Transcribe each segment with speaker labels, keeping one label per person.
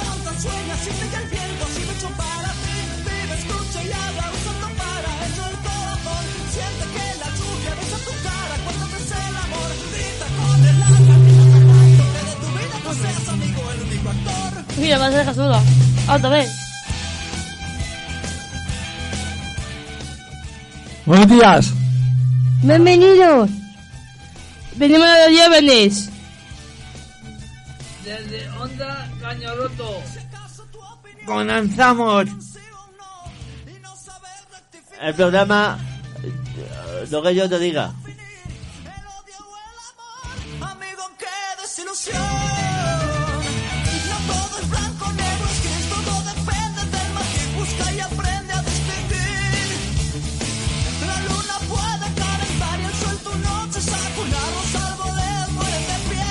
Speaker 1: sueña, siente y el viento ha sido hecho para ti. Vive, escucha y habla, usando para ello el corazón. Siente que la lluvia besa tu cara cuando ves el amor. Grita con el alma, que de tu vida no seas amigo, el único actor.
Speaker 2: Mira, vas a dejar sola.
Speaker 3: Ah,
Speaker 2: Otra vez.
Speaker 4: Buenos días.
Speaker 2: Bienvenidos. Venimos a los viernes.
Speaker 5: Desde Onda Cañaroto.
Speaker 6: Comenzamos el programa eh, lo que yo te diga.
Speaker 1: El odio o el amor, amigo, qué desilusión. No todo es blanco, negro, es gris, todo depende del matiz. Busca y aprende a distinguir. La luna puede calentar y el sol tu noche saca un árbol, árboles mueren de pie.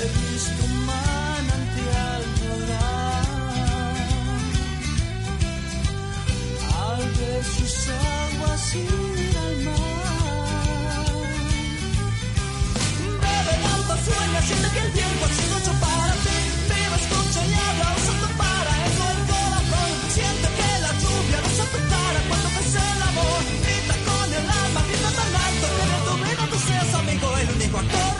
Speaker 1: He visto un manantial morar. Al ver sus aguas ir al mar. Bebe alma, sueña, siente que el tiempo ha sido hecho para ti. Vive, escucha y habla, usando para eso el corazón. Siente que la lluvia no se cara cuando ves el amor. Grita con el alma, grita tan alto que de tu vida tú seas amigo, el único actor.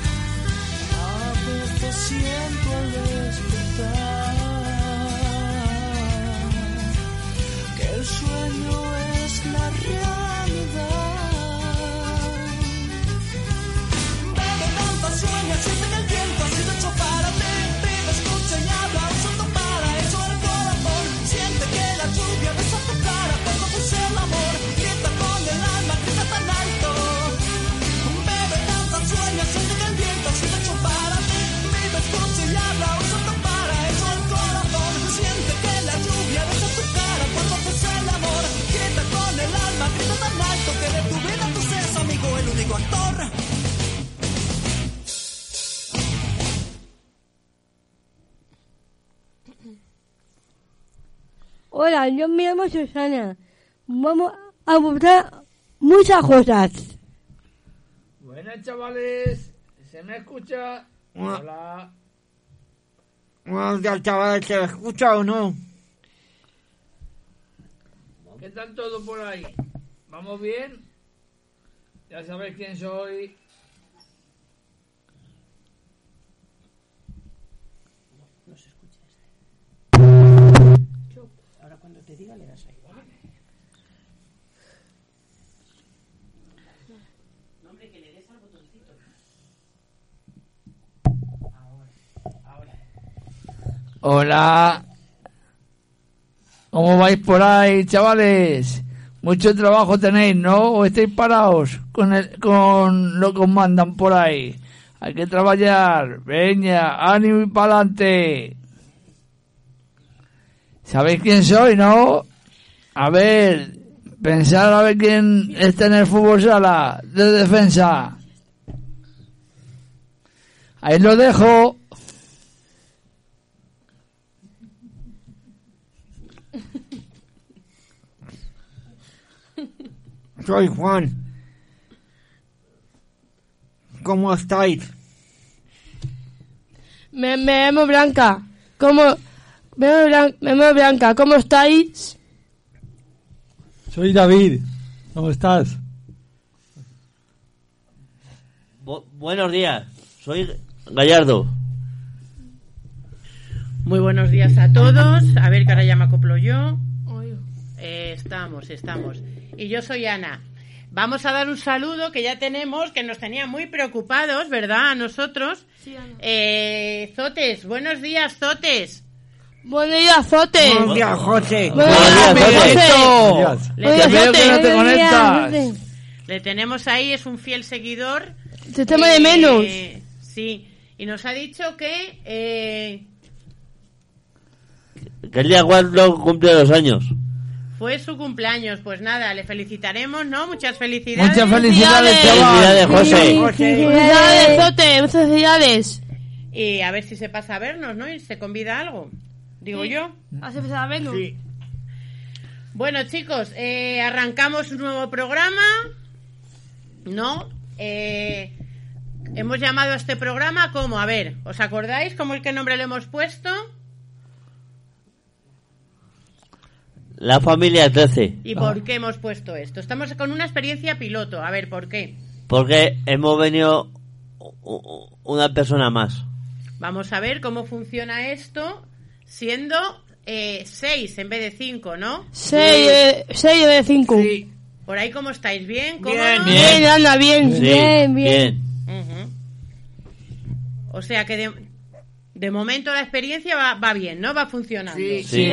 Speaker 1: A veces siento al despertar que el sueño es la realidad. Bebe tanta sueña, siente que el tiempo ha sido hecho para ti. Vive, escucha y habla, usando para eso el corazón. Siente que la lluvia besa tu cara cuando puse el amor. Grita con el alma, grita tan alto. Bebe tanta sueña, siente que el viento ha sido hecho para ti. Vive, escucha y habla, usando para eso el corazón. Siente que la lluvia besa tu cara cuando puse el amor. Grita con el alma, grita tan alto que de tu vida tú seas amigo, el único actor.
Speaker 2: Hola, yo me llamo Susana. Vamos a buscar muchas cosas.
Speaker 5: Buenas chavales, ¿se me escucha?
Speaker 6: Hola.
Speaker 5: Hola.
Speaker 6: Buenos días, chavales, ¿se me escucha o no?
Speaker 5: ¿Qué tal todo por ahí? ¿Vamos bien? Ya sabéis quién soy. Hola. ¿Cómo vais por ahí, chavales? Mucho trabajo tenéis, ¿no? ¿O estáis parados con, el- con lo que os mandan por ahí? Hay que trabajar. Venga, ánimo y pa'lante. ¿Sabéis quién soy, no? A ver, pensar a ver quién está en el fútbol sala de defensa. Ahí lo dejo.
Speaker 6: Soy Juan. ¿Cómo estáis?
Speaker 2: Me, me llamo Blanca. ¿Cómo? Me llamo, Blan- me llamo Blanca. ¿Cómo estáis?
Speaker 4: Soy David. ¿Cómo estás?
Speaker 6: Bu- buenos días, soy Gallardo.
Speaker 7: Muy buenos días a todos. A ver, que ahora ya me acoplo yo. Eh, estamos, estamos. Y yo soy Ana. Vamos a dar un saludo que ya tenemos, que nos tenía muy preocupados, ¿verdad? A nosotros. Eh, Zotes, buenos días, Zotes.
Speaker 3: Buenos días, Zote.
Speaker 6: Buenos días, José.
Speaker 3: Buenos
Speaker 5: Hola,
Speaker 3: días,
Speaker 5: amiguito.
Speaker 4: Gracias.
Speaker 7: Le,
Speaker 3: Oye,
Speaker 5: Te veo que
Speaker 3: Zote,
Speaker 5: no te
Speaker 2: Buenos días,
Speaker 5: conectas.
Speaker 2: José.
Speaker 7: le tenemos ahí, es un fiel seguidor.
Speaker 3: Te echamos de
Speaker 7: Eh,
Speaker 3: menos.
Speaker 7: Sí. Y nos ha dicho que... eh,
Speaker 8: Que el día 4 cumple los años.
Speaker 7: Fue su cumpleaños, pues nada, le felicitaremos, ¿no? Muchas felicidades.
Speaker 5: Muchas felicidades,
Speaker 3: Felicidades.
Speaker 5: chaval.
Speaker 8: Felicidades, José.
Speaker 3: Felicidades,
Speaker 2: Felicidades.
Speaker 3: Zote. Muchas felicidades.
Speaker 7: Y a ver si se pasa a vernos, ¿no? Y se convida a algo, digo
Speaker 3: Sí.
Speaker 7: yo.
Speaker 3: ¿Has empezado a verlo?
Speaker 7: Bueno, chicos, eh, arrancamos un nuevo programa, ¿no? Eh, hemos llamado a este programa como, a ver, ¿os acordáis cómo el que nombre le hemos puesto?
Speaker 8: La familia 13.
Speaker 7: ¿Y
Speaker 3: Ah.
Speaker 7: por qué hemos puesto esto? Estamos con una experiencia piloto, a ver, ¿por qué?
Speaker 8: Porque hemos venido u- u- una persona más.
Speaker 7: Vamos a ver cómo funciona esto siendo 6 en vez de 5, ¿no?
Speaker 3: 6 de 5.
Speaker 6: Sí.
Speaker 7: Por ahí, ¿cómo estáis? ¿Bien? ¿Cómo?
Speaker 6: Bien,
Speaker 3: Bien, anda, bien.
Speaker 8: Sí,
Speaker 2: Bien, bien.
Speaker 7: O sea que de, de momento la experiencia va, va bien, ¿no? Va funcionando.
Speaker 6: Sí.
Speaker 8: Sí.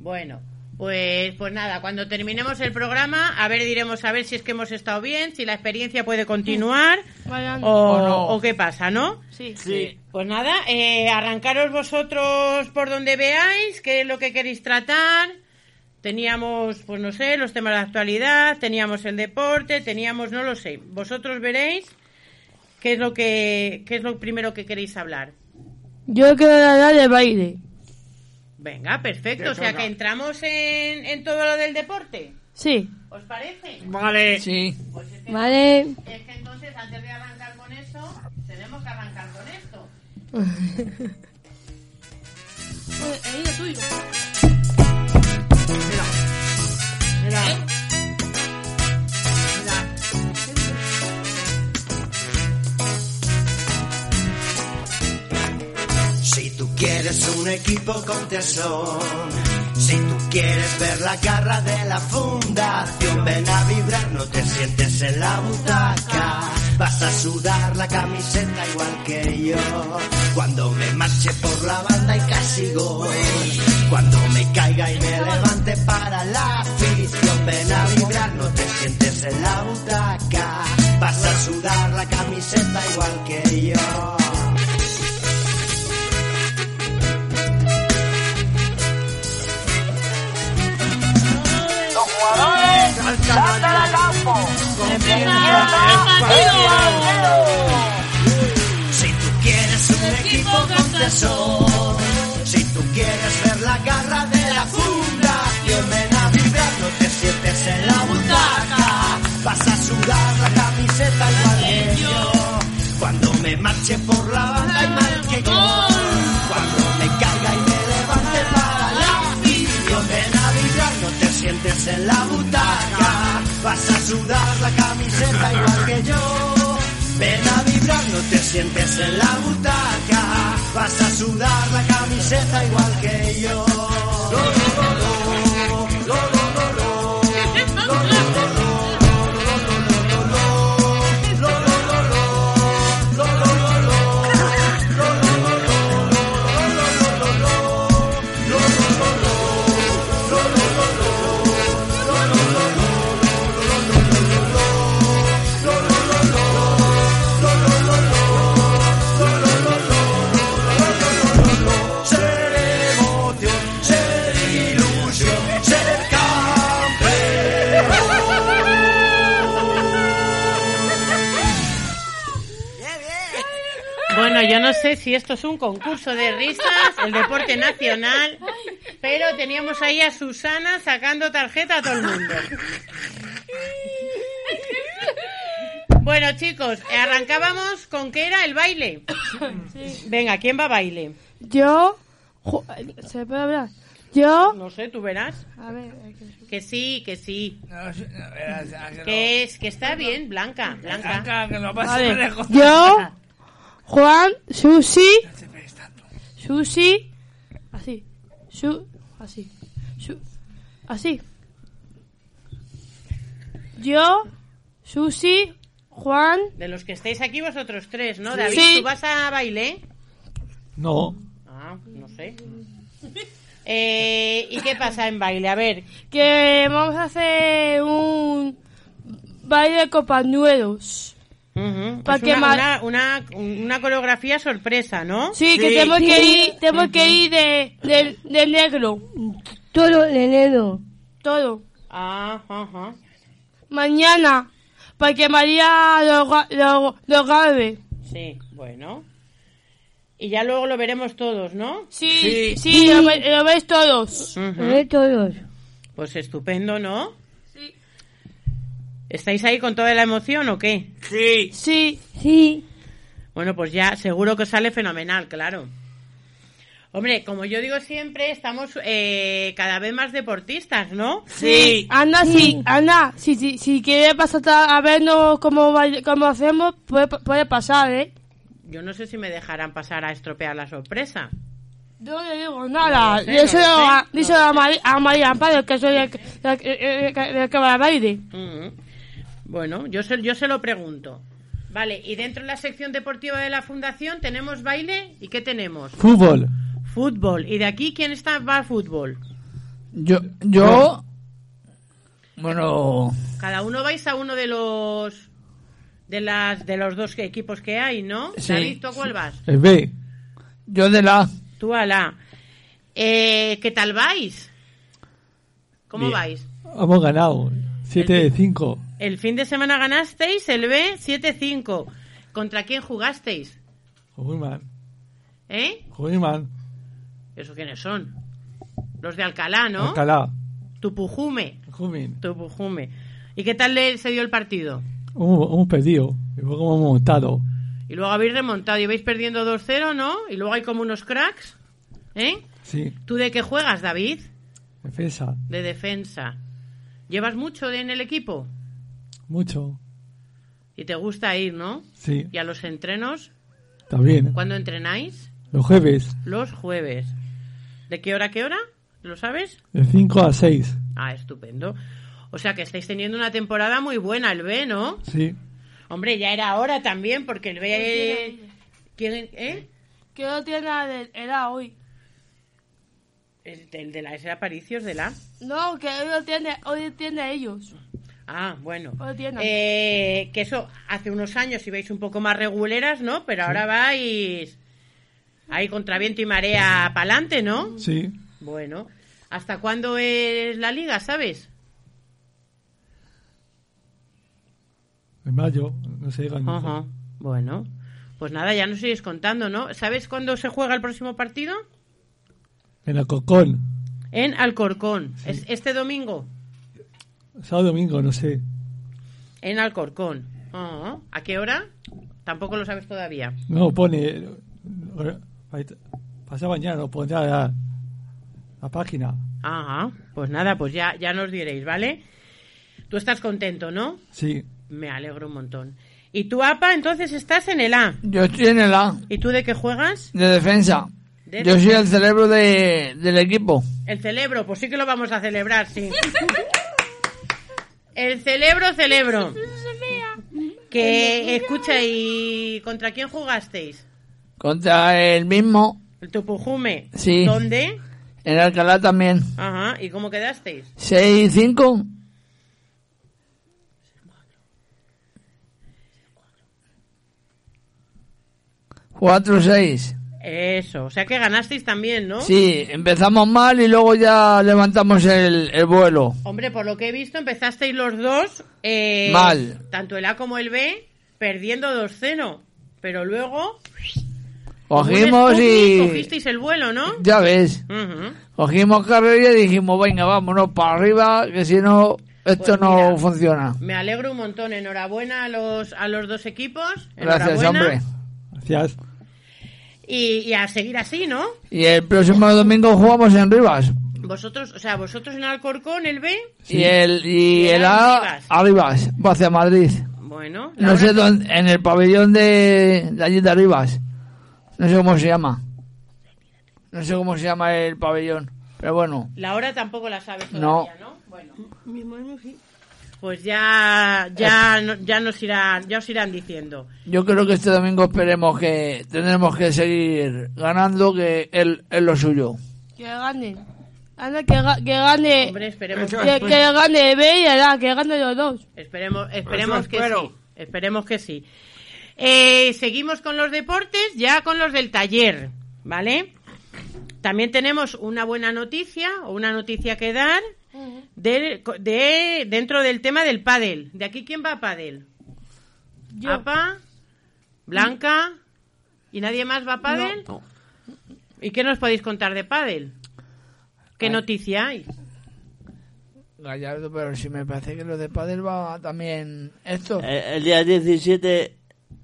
Speaker 7: Bueno, pues, pues nada, cuando terminemos el programa, a ver, diremos a ver si es que hemos estado bien, si la experiencia puede continuar
Speaker 3: Vale,
Speaker 7: o,
Speaker 3: anda.
Speaker 5: Mm. O no.
Speaker 7: o qué pasa, ¿no?
Speaker 3: Sí.
Speaker 6: Sí.
Speaker 7: Pues nada, eh, arrancaros vosotros por donde veáis, qué es lo que queréis tratar. Teníamos, pues no sé, los temas de actualidad, teníamos el deporte, teníamos, no lo sé. Vosotros veréis qué es lo que, qué es lo primero que queréis hablar.
Speaker 3: Yo quiero hablar de baile.
Speaker 7: Venga, perfecto. O sea que entramos en, en todo lo del deporte.
Speaker 3: Sí.
Speaker 7: ¿Os parece?
Speaker 6: Vale.
Speaker 5: Sí.
Speaker 7: Pues es que,
Speaker 2: Vale.
Speaker 7: es que entonces, antes de arrancar con eso, tenemos que arrancar con esto.
Speaker 6: Mira,
Speaker 9: Si tú quieres un equipo con tesón, si tú quieres ver la garra de la fundación, ven a vibrar, no te sientes en la butaca. Vas a sudar la camiseta igual que yo. Cuando me marche por la banda y casi gol. Cuando me caiga y me levante para la afición, ven a vibrar, no te sientes en la butaca. Vas a sudar la camiseta igual que yo. Si tú quieres un equipo con tesón, si tú quieres ver la garra de la fundación, ven a vibrar, no te sientes en la butaca, vas a sudar la camiseta igual que yo. Cuando me marche por la banda y marque gol, cuando me caiga y me levante para la afición, ven a vibrar, no te sientes en la butaca, vas a sudar la camiseta igual que yo. Ven a vibrar, no te sientes en la butaca. Vas a sudar la camiseta igual que yo. Lo, lo, lo, lo, lo, lo, lo. ser emoción, ser ilusión, ser campeón.
Speaker 7: Bueno, yo no sé si esto es un concurso de risas, el deporte nacional, pero teníamos ahí a Susana sacando tarjeta a todo el mundo. Bueno, chicos, arrancábamos con que era el baile. Venga, ¿quién va a baile?
Speaker 3: Yo. jo- ¿Se puede hablar? Yo.
Speaker 7: No sé, tú verás.
Speaker 3: A ver. hay que-
Speaker 7: Que sí, que sí.
Speaker 5: No, sí, no, verás, ah, que lo-
Speaker 7: Que es que está bien, Blanca, Blanca.
Speaker 5: Blanca, que lo pase
Speaker 3: Vale.
Speaker 5: lejos.
Speaker 3: Yo. Juan, Susi,
Speaker 5: Se me está-
Speaker 3: Sushi. Así. Su. Así. Su. Así. Yo. Sushi. Juan.
Speaker 7: De los que estáis aquí vosotros tres, ¿no? David,
Speaker 3: Sí.
Speaker 7: ¿tú vas a baile?
Speaker 4: No.
Speaker 7: Ah, no sé. Eh, ¿Y qué pasa en baile? A ver,
Speaker 3: Que vamos a hacer un. Baile de compañeros.
Speaker 7: ujú,
Speaker 3: Pa'
Speaker 7: es
Speaker 3: que
Speaker 7: una,
Speaker 3: ma-
Speaker 7: una- una- una coreografía sorpresa, ¿no?
Speaker 3: Sí, que
Speaker 6: Sí.
Speaker 3: tenemos que ir, tenemos que ir de, de, de negro.
Speaker 2: Todo de negro.
Speaker 3: Todo.
Speaker 7: Ah, ajá.
Speaker 3: Mañana. Para que María lo, ga- lo, lo grabe.
Speaker 7: Sí, bueno. Y ya luego lo veremos todos, ¿no?
Speaker 3: Sí, sí, lo, ve- lo veis todos.
Speaker 7: Ujú.
Speaker 2: De todos.
Speaker 7: Pues estupendo, ¿no? ¿Estáis ahí con toda la emoción o qué?
Speaker 6: Sí.
Speaker 3: Sí,
Speaker 2: Sí.
Speaker 7: Bueno, pues ya seguro que os sale fenomenal, claro. Hombre, como yo digo siempre, estamos eh, cada vez más deportistas, ¿no?
Speaker 6: Sí.
Speaker 3: Ana, sí, Ana, si, si, si quiere pasar a vernos cómo, bail- cómo hacemos, puede, puede pasar, ¿eh?
Speaker 7: Yo no sé si me dejarán pasar a estropear la sorpresa.
Speaker 3: Yo no le digo nada,
Speaker 7: No lo sé,
Speaker 3: díselo,
Speaker 7: no lo sé,
Speaker 3: a,
Speaker 7: no
Speaker 3: díselo a, Mari- a María Amparo, que soy el que- la que- la que- la que va a baile.
Speaker 7: Mm. Bueno, yo se, yo se lo pregunto. Vale, y dentro de la sección deportiva de la fundación tenemos baile y ¿qué tenemos?
Speaker 4: Fútbol.
Speaker 7: Fútbol. ¿Y de aquí quién está va a fútbol?
Speaker 5: Yo, yo, bueno,
Speaker 7: Cada uno vais a uno de los de las de los dos equipos que hay, ¿no?
Speaker 5: Sí.
Speaker 7: David, ¿tú a cuál vas?
Speaker 4: El B.
Speaker 5: yo de la
Speaker 7: Tú a la. Eh, ¿Qué tal vais? ¿Cómo
Speaker 5: Bien.
Speaker 7: vais?
Speaker 4: Hemos ganado. 7 de 5.
Speaker 7: El fin de semana ganasteis el B 7-5. ¿Contra quién jugasteis?
Speaker 4: Juliman.
Speaker 7: ¿Eh?
Speaker 4: Juliman.
Speaker 7: ¿Eso quiénes son? Los de Alcalá, ¿no?
Speaker 4: Alcalá.
Speaker 7: Tupujume.
Speaker 4: Jumin.
Speaker 7: Tupujume. ¿Y qué tal le- se dio el partido?
Speaker 4: Hemos, hemos perdido. Y luego hemos montado.
Speaker 7: Y luego habéis remontado y vais perdiendo 2-0, ¿no? Y luego hay como unos cracks. ¿Eh?
Speaker 4: Sí.
Speaker 7: ¿Tú de qué juegas, David?
Speaker 4: Defensa.
Speaker 7: De defensa. ¿Llevas mucho de- en el equipo?
Speaker 4: Mucho.
Speaker 7: Y te gusta ir, ¿no?
Speaker 4: Sí.
Speaker 7: ¿Y a los entrenos?
Speaker 4: También.
Speaker 7: ¿Cuándo entrenáis?
Speaker 4: Los jueves.
Speaker 7: Los jueves. ¿De qué hora a qué hora? ¿Lo sabes?
Speaker 4: De 5 a 6.
Speaker 7: Ah, estupendo. O sea que estáis teniendo una temporada muy buena, el B, ¿no?
Speaker 4: Sí.
Speaker 7: Hombre, ya era hora también, porque el B... eh, ¿Quién, ¿Eh?
Speaker 3: Que no tiene nada de edad hoy.
Speaker 7: El del- de la S. Aparicios de la...
Speaker 3: No, que hoy lo tiene, hoy lo tiene ellos.
Speaker 7: Ah, bueno.
Speaker 3: Hoy lo tienen.
Speaker 7: Eh, que eso, hace unos años ibais un poco más reguleras, ¿no? Pero ahora vais ahí contra viento y marea pa'lante, ¿no?
Speaker 4: Sí.
Speaker 7: Bueno. ¿Hasta cuándo es la liga, sabes?
Speaker 4: En mayo. No sé. cuándo.
Speaker 7: Ajá. Bueno. Pues nada, ya nos sigues contando, ¿no? ¿Sabes cuándo se juega el próximo partido?
Speaker 4: En la Cocón.
Speaker 7: En Alcorcón. Es este domingo.
Speaker 4: Sábado domingo. No sé.
Speaker 7: En Alcorcón. Ajá. ¿A qué hora? Tampoco lo sabes todavía.
Speaker 4: No pone. Pasa mañana, lo pondrá la, la página.
Speaker 7: Ajá. Pues nada, pues ya, ya nos diréis, ¿vale? Tú estás contento, ¿no?
Speaker 4: Sí,
Speaker 7: Me alegro un montón. ¿Y tú, APA, entonces estás en el A?
Speaker 5: yo estoy en el A,
Speaker 7: ¿Y tú de qué juegas?
Speaker 5: de defensa.
Speaker 7: De
Speaker 5: Yo soy el cerebro de, del equipo.
Speaker 7: El celebro, pues sí que lo vamos a celebrar, sí. El celebro, celebro. Que escucha, ¿y contra quién jugasteis?
Speaker 5: Contra el mismo,
Speaker 7: El Tupujume.
Speaker 5: Sí.
Speaker 7: ¿Dónde?
Speaker 5: en Alcalá también.
Speaker 7: Ajá, ¿y cómo quedasteis?
Speaker 5: 6-5. Cuatro, seis.
Speaker 7: Eso, o sea que ganasteis también, ¿no?
Speaker 5: Sí, empezamos mal y luego ya levantamos el, el vuelo.
Speaker 7: Hombre, por lo que he visto, empezasteis los dos. eh,
Speaker 5: Mal.
Speaker 7: Tanto el A como el B, perdiendo 2-0. Pero luego.
Speaker 5: Cogimos
Speaker 7: un
Speaker 5: y...
Speaker 7: espuji, Cogisteis el vuelo, ¿no?
Speaker 5: Ya ves,
Speaker 7: Ujú.
Speaker 5: cogimos carrera y dijimos, venga, vámonos para arriba, que si no, esto
Speaker 7: Pues
Speaker 5: no
Speaker 7: mira.
Speaker 5: funciona.
Speaker 7: Me alegro un montón. Enhorabuena a los, a los dos equipos.
Speaker 5: Gracias,
Speaker 7: Enhorabuena.
Speaker 5: hombre.
Speaker 4: gracias.
Speaker 7: Y, y a seguir así, ¿no?
Speaker 5: Y el próximo domingo jugamos en Rivas.
Speaker 7: Vosotros, o sea, vosotros en Alcorcón, el B.
Speaker 5: Y el, y
Speaker 7: Y
Speaker 5: el
Speaker 7: ahora
Speaker 5: A,
Speaker 7: en Rivas.
Speaker 5: a Rivas, va hacia Madrid.
Speaker 7: Bueno, la
Speaker 5: No
Speaker 7: hora-
Speaker 5: sé dónde, en el pabellón de, de allí de Rivas. No sé cómo se llama. No sé cómo se llama el pabellón. Pero bueno,
Speaker 7: La hora tampoco la sabes
Speaker 5: No.
Speaker 7: todavía, ¿no? Bueno,
Speaker 2: Mi hermano sí.
Speaker 7: pues ya, ya, no- ya nos irán, ya os irán diciendo.
Speaker 5: yo creo que este domingo esperemos que tendremos que seguir ganando, que él es lo suyo.
Speaker 3: Que gane. Anda, que, ga- que gane.
Speaker 7: Hombre, esperemos,
Speaker 6: Eso-
Speaker 3: que, que gane B y Ara, que gane los dos.
Speaker 7: esperemos, esperemos
Speaker 6: Eso
Speaker 7: que
Speaker 6: espero.
Speaker 7: sí. Esperemos que sí. Eh, seguimos con los deportes, ya con los del taller, ¿vale? También tenemos una buena noticia o una noticia que dar de, de- dentro del tema del pádel. ¿De aquí quién va a pádel?
Speaker 3: Yo.
Speaker 7: Apa, Blanca y nadie más va a pádel. ¿Y qué nos podéis contar de pádel? ¿Qué
Speaker 8: Ah.
Speaker 7: noticia hay?
Speaker 5: Gallardo, pero si me parece que los de Padel va también esto.
Speaker 8: Eh, El día 17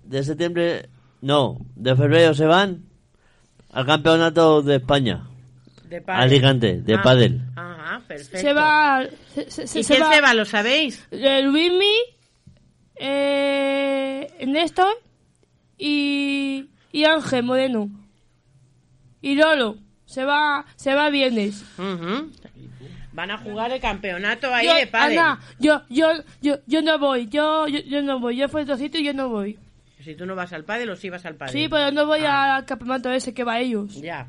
Speaker 8: de septiembre, no, de febrero se van al campeonato de España.
Speaker 7: De
Speaker 8: Alicante,
Speaker 5: Ah.
Speaker 8: de pádel.
Speaker 7: Ajá, Ah, perfecto.
Speaker 3: Se va. Se, se,
Speaker 7: ¿Y
Speaker 3: se
Speaker 7: quién
Speaker 3: va,
Speaker 7: se va? ¿Lo sabéis?
Speaker 3: eh, Luismi, eh, Néstor y, y Ángel Moreno. Y Lolo. Se va, se va viernes.
Speaker 7: Ujú. Van a jugar el campeonato ahí
Speaker 3: yo,
Speaker 7: de pádel.
Speaker 3: Ana, yo, yo, yo, yo no voy, yo, yo, yo no voy. Yo fui a otro sitio y yo no voy.
Speaker 7: Si tú no vas al pádel o sí vas al pádel.
Speaker 3: Sí, pero no voy al campeonato ese que va ellos.
Speaker 7: Ya.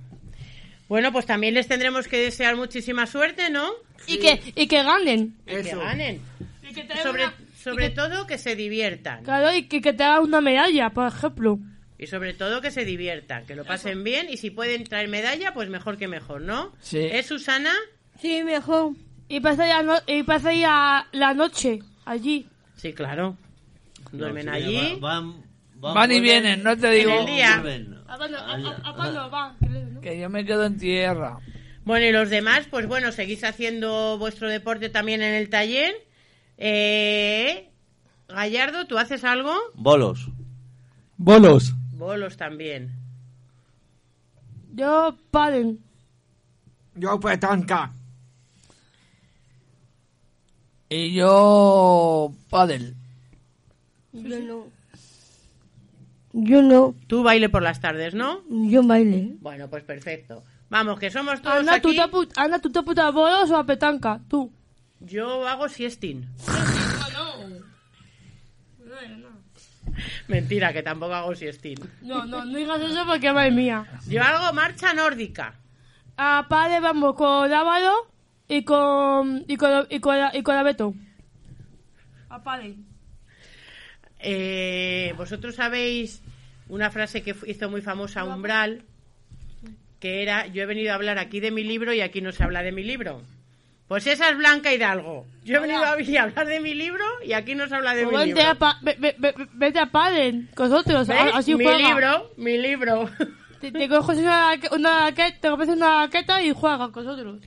Speaker 7: Bueno, pues también les tendremos que desear muchísima suerte, ¿no?
Speaker 3: Y, que, y que ganen.
Speaker 7: Y que
Speaker 6: Eso.
Speaker 7: ganen.
Speaker 3: Y que
Speaker 7: Sobre, sobre todo que se diviertan.
Speaker 3: Claro, y que, que te haga una medalla, por ejemplo.
Speaker 7: Y sobre todo que se diviertan, que lo pasen bien y si pueden traer medalla, pues mejor que mejor, ¿no?
Speaker 5: Sí.
Speaker 7: ¿Es Susana?
Speaker 2: Sí, mejor.
Speaker 3: Y pasaría, no- y pasaría la noche allí.
Speaker 7: Sí, claro. Duermen
Speaker 8: No, sí,
Speaker 7: allí.
Speaker 8: va- Van,
Speaker 5: Van y vienen, no te digo.
Speaker 7: En el día.
Speaker 8: vuelven.
Speaker 5: Que yo me quedo en tierra.
Speaker 7: Bueno, y los demás, pues bueno, seguís haciendo vuestro deporte también en el taller. Eh, Gallardo, ¿tú haces algo?
Speaker 8: Bolos.
Speaker 4: Bolos.
Speaker 7: Bolos también.
Speaker 3: Yo, paren.
Speaker 6: Yo petanca.
Speaker 5: Y yo, Padel.
Speaker 2: Yo no. Yo no.
Speaker 7: Tú baile por las tardes, ¿no?
Speaker 2: Yo baile.
Speaker 7: Bueno, pues perfecto. Vamos, que somos todos
Speaker 3: Anda, tú
Speaker 7: aquí.
Speaker 3: te apu- Ana, tú te apuntas a bolos o a petanca, tú.
Speaker 7: Yo hago siestín. Mentira, que tampoco hago siestín.
Speaker 3: No, no, no digas eso porque va mía.
Speaker 7: Yo hago marcha nórdica.
Speaker 3: A padre vamos con Ávalo y con y con y con, y con Abeto. A padre.
Speaker 7: Eh, Vosotros sabéis una frase que fu- hizo muy famosa Umbral, que era, yo he venido a hablar aquí de mi libro y aquí no se habla de mi libro. Pues esa es Blanca Hidalgo. Yo he venido aquí a hablar de mi libro y aquí no se habla de mi
Speaker 3: Vete Pues a,
Speaker 7: libro.
Speaker 3: pa- ve- ve- ve- vete a padre con nosotros,
Speaker 7: ¿Ves?
Speaker 3: a- así
Speaker 7: Mi
Speaker 3: juega.
Speaker 7: libro, mi libro.
Speaker 3: Te, te coges una una raqueta, te coges una raqueta y juega con nosotros.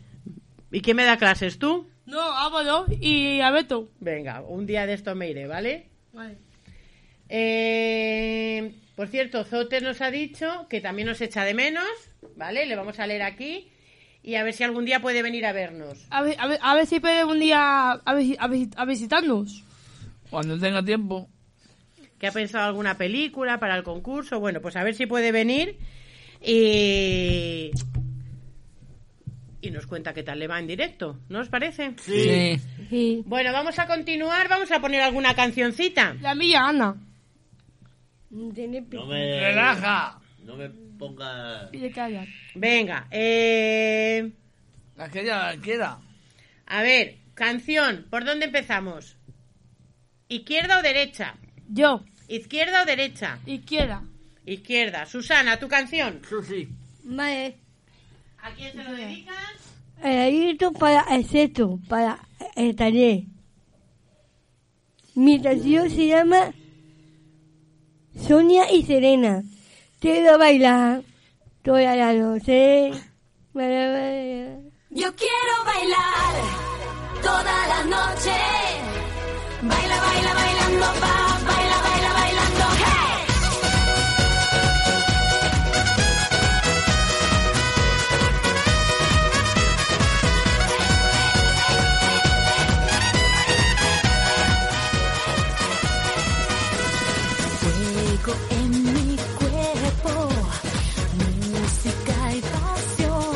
Speaker 7: ¿Y quién me da clases? ¿Tú?
Speaker 3: No, Ávalo y Abeto.
Speaker 7: Venga, un día de esto me iré, ¿vale?
Speaker 3: Vale.
Speaker 7: Eh, por cierto, Zote nos ha dicho que también nos echa de menos, ¿vale? Le vamos a leer aquí y a ver si algún día puede venir a vernos.
Speaker 3: A ver, a ver, a ver si puede un día a, visi- a visi- a visitarnos.
Speaker 5: Cuando tenga tiempo.
Speaker 7: que ha pensado alguna película para el concurso. Bueno, pues a ver si puede venir y, y nos cuenta qué tal le va en directo, ¿no os parece?
Speaker 5: Sí.
Speaker 2: Sí.
Speaker 7: Bueno, vamos a continuar, vamos a poner alguna cancioncita.
Speaker 3: La mía, Ana.
Speaker 2: Tiene pi-
Speaker 8: No me,
Speaker 5: Relaja.
Speaker 8: No me ponga...
Speaker 3: Y le calla.
Speaker 7: Venga, eh,
Speaker 5: La que ella quiera.
Speaker 7: a ver, canción, ¿por dónde empezamos? ¿Izquierda o derecha?
Speaker 3: Yo,
Speaker 7: ¿Izquierda o derecha?
Speaker 3: izquierda.
Speaker 7: Izquierda. Susana, tu canción.
Speaker 6: Susi.
Speaker 2: Vale.
Speaker 7: ¿A quién se lo dedicas?
Speaker 2: El grito Eh, para el sexto, para eh, el taller. Mi canción se llama Sonia y Serena. Quiero bailar toda la noche. Bla, bla, bla.
Speaker 10: Yo quiero bailar toda la noche. Baila, baila, bailando, va, baila, baila, bailando, hey. Fuego en mi cuerpo, música y pasión.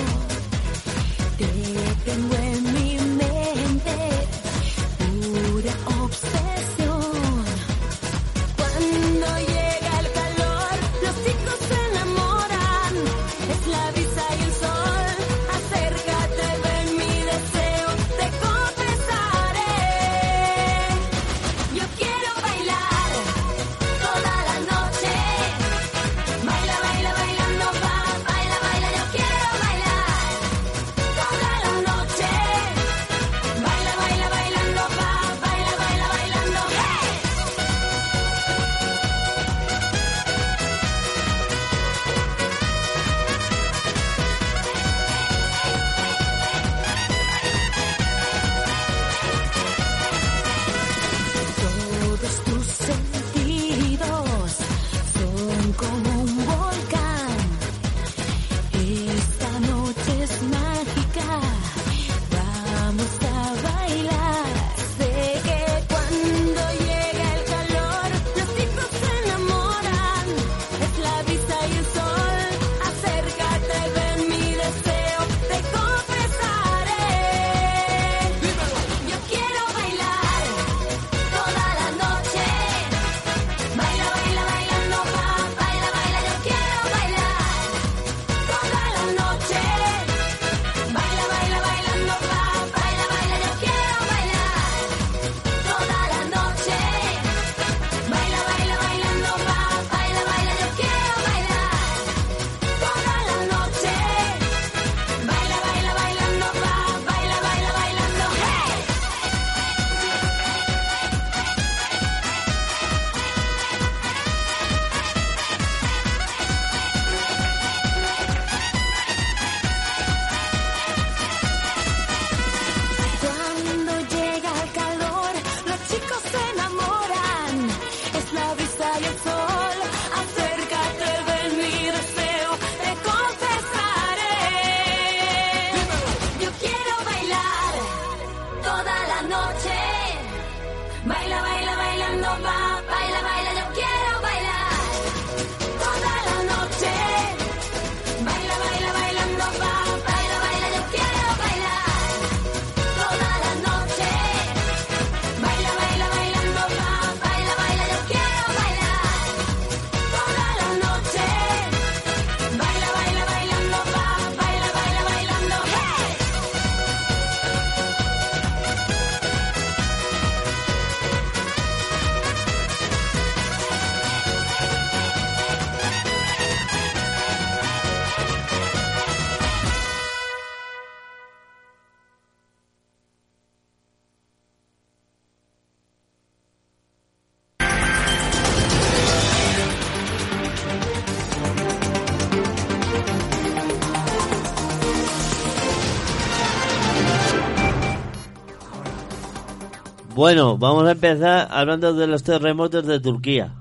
Speaker 8: Bueno, vamos a empezar hablando de los terremotos de Turquía.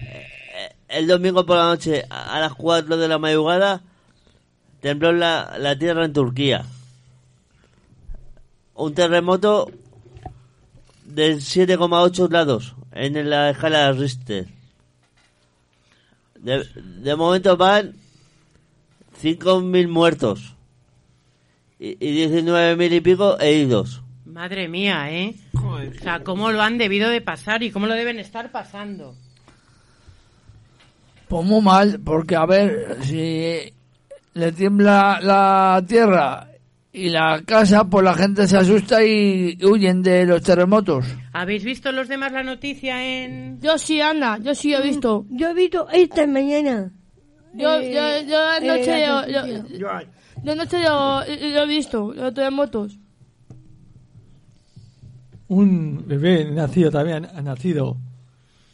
Speaker 8: Eh, El domingo por la noche, a a las 4 de la madrugada, tembló la, la tierra en Turquía. Un terremoto de 7,8 grados en la escala Richter. De, de momento van 5.000 muertos y, y 19.000 y pico heridos.
Speaker 7: Madre mía, ¿eh? O sea, cómo lo han debido de pasar y cómo lo deben estar pasando.
Speaker 5: Pues muy mal, porque a ver, si le tiembla la tierra y la casa, pues la gente se asusta y huyen de los terremotos.
Speaker 7: ¿Habéis visto los demás la noticia en...?
Speaker 3: Yo sí, Ana, yo sí he visto.
Speaker 2: Yo he visto esta mañana.
Speaker 3: Yo,
Speaker 2: Eh,
Speaker 3: yo, yo anoche,
Speaker 2: eh,
Speaker 3: yo,
Speaker 2: la
Speaker 3: yo, yo anoche yo, yo he visto los terremotos.
Speaker 4: Un bebé nacido también, ha nacido.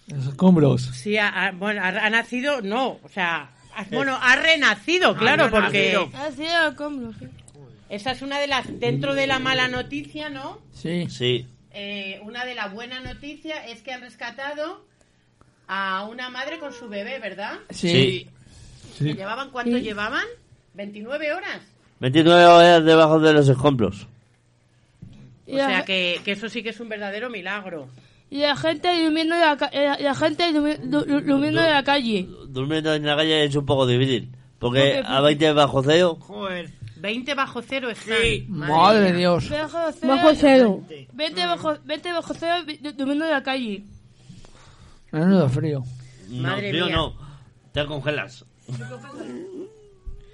Speaker 4: En los escombros.
Speaker 7: Sí, ha, ha- bueno, ha, ha nacido, no, o sea, ha- bueno, ha renacido, claro,
Speaker 4: Ha
Speaker 7: porque
Speaker 4: renacido.
Speaker 3: Ah, sí, yo compro, sí.
Speaker 7: esa es una de las, dentro de la mala noticia, ¿no?
Speaker 5: Sí.
Speaker 8: Sí.
Speaker 7: Eh, una de las buenas noticias es que han rescatado a una madre con su bebé, ¿verdad?
Speaker 8: Sí.
Speaker 7: ¿Que ¿Llevaban cuánto llevaban? 29 horas.
Speaker 8: 29 horas debajo de los escombros.
Speaker 7: O sea que, que eso sí que es un verdadero milagro.
Speaker 3: Y la gente durmiendo en la, ca- eh, la gente durmi- du- du- durmiendo en la calle.
Speaker 8: Durmiendo en la calle es un poco difícil. Porque
Speaker 3: Porque-
Speaker 8: a 20 bajo cero.
Speaker 7: Joder. 20 bajo cero están.
Speaker 5: Madre de Dios.
Speaker 3: Bajo cero.
Speaker 2: Bajo cero.
Speaker 3: Vete bajo, vete bajo cero vi- du- durmiendo en la calle.
Speaker 5: Menudo frío.
Speaker 8: No,
Speaker 7: Madre
Speaker 8: frío
Speaker 7: mía.
Speaker 8: no. Te congelas.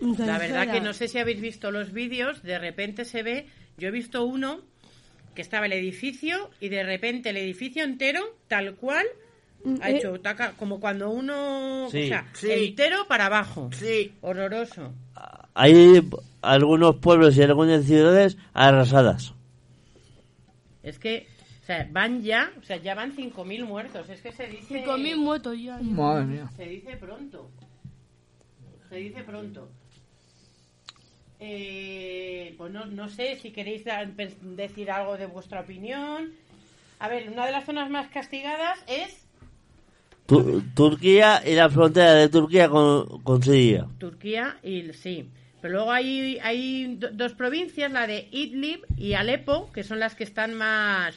Speaker 7: La verdad que no sé si habéis visto los vídeos, de repente se ve, yo he visto uno que estaba el edificio y de repente el edificio entero, tal cual, ha
Speaker 2: eh.
Speaker 7: hecho taca, como cuando uno,
Speaker 8: Sí.
Speaker 7: o sea,
Speaker 6: Sí.
Speaker 7: entero para abajo. Horroroso.
Speaker 8: Hay algunos pueblos y algunas ciudades arrasadas.
Speaker 7: Es que, o sea, van ya, o sea, ya van 5.000 muertos, es que se dice
Speaker 3: 5.000 muertos ya.
Speaker 5: Madre mía.
Speaker 7: Se dice pronto. Se dice pronto. Eh, pues no, no sé si queréis dar- pe- decir algo de vuestra opinión. A ver, una de las zonas más castigadas es
Speaker 8: Tu- Turquía y la frontera de Turquía con, con Siria.
Speaker 7: Turquía y sí. Pero luego hay, hay do- dos provincias, la de Idlib y Alepo, que son las que están más,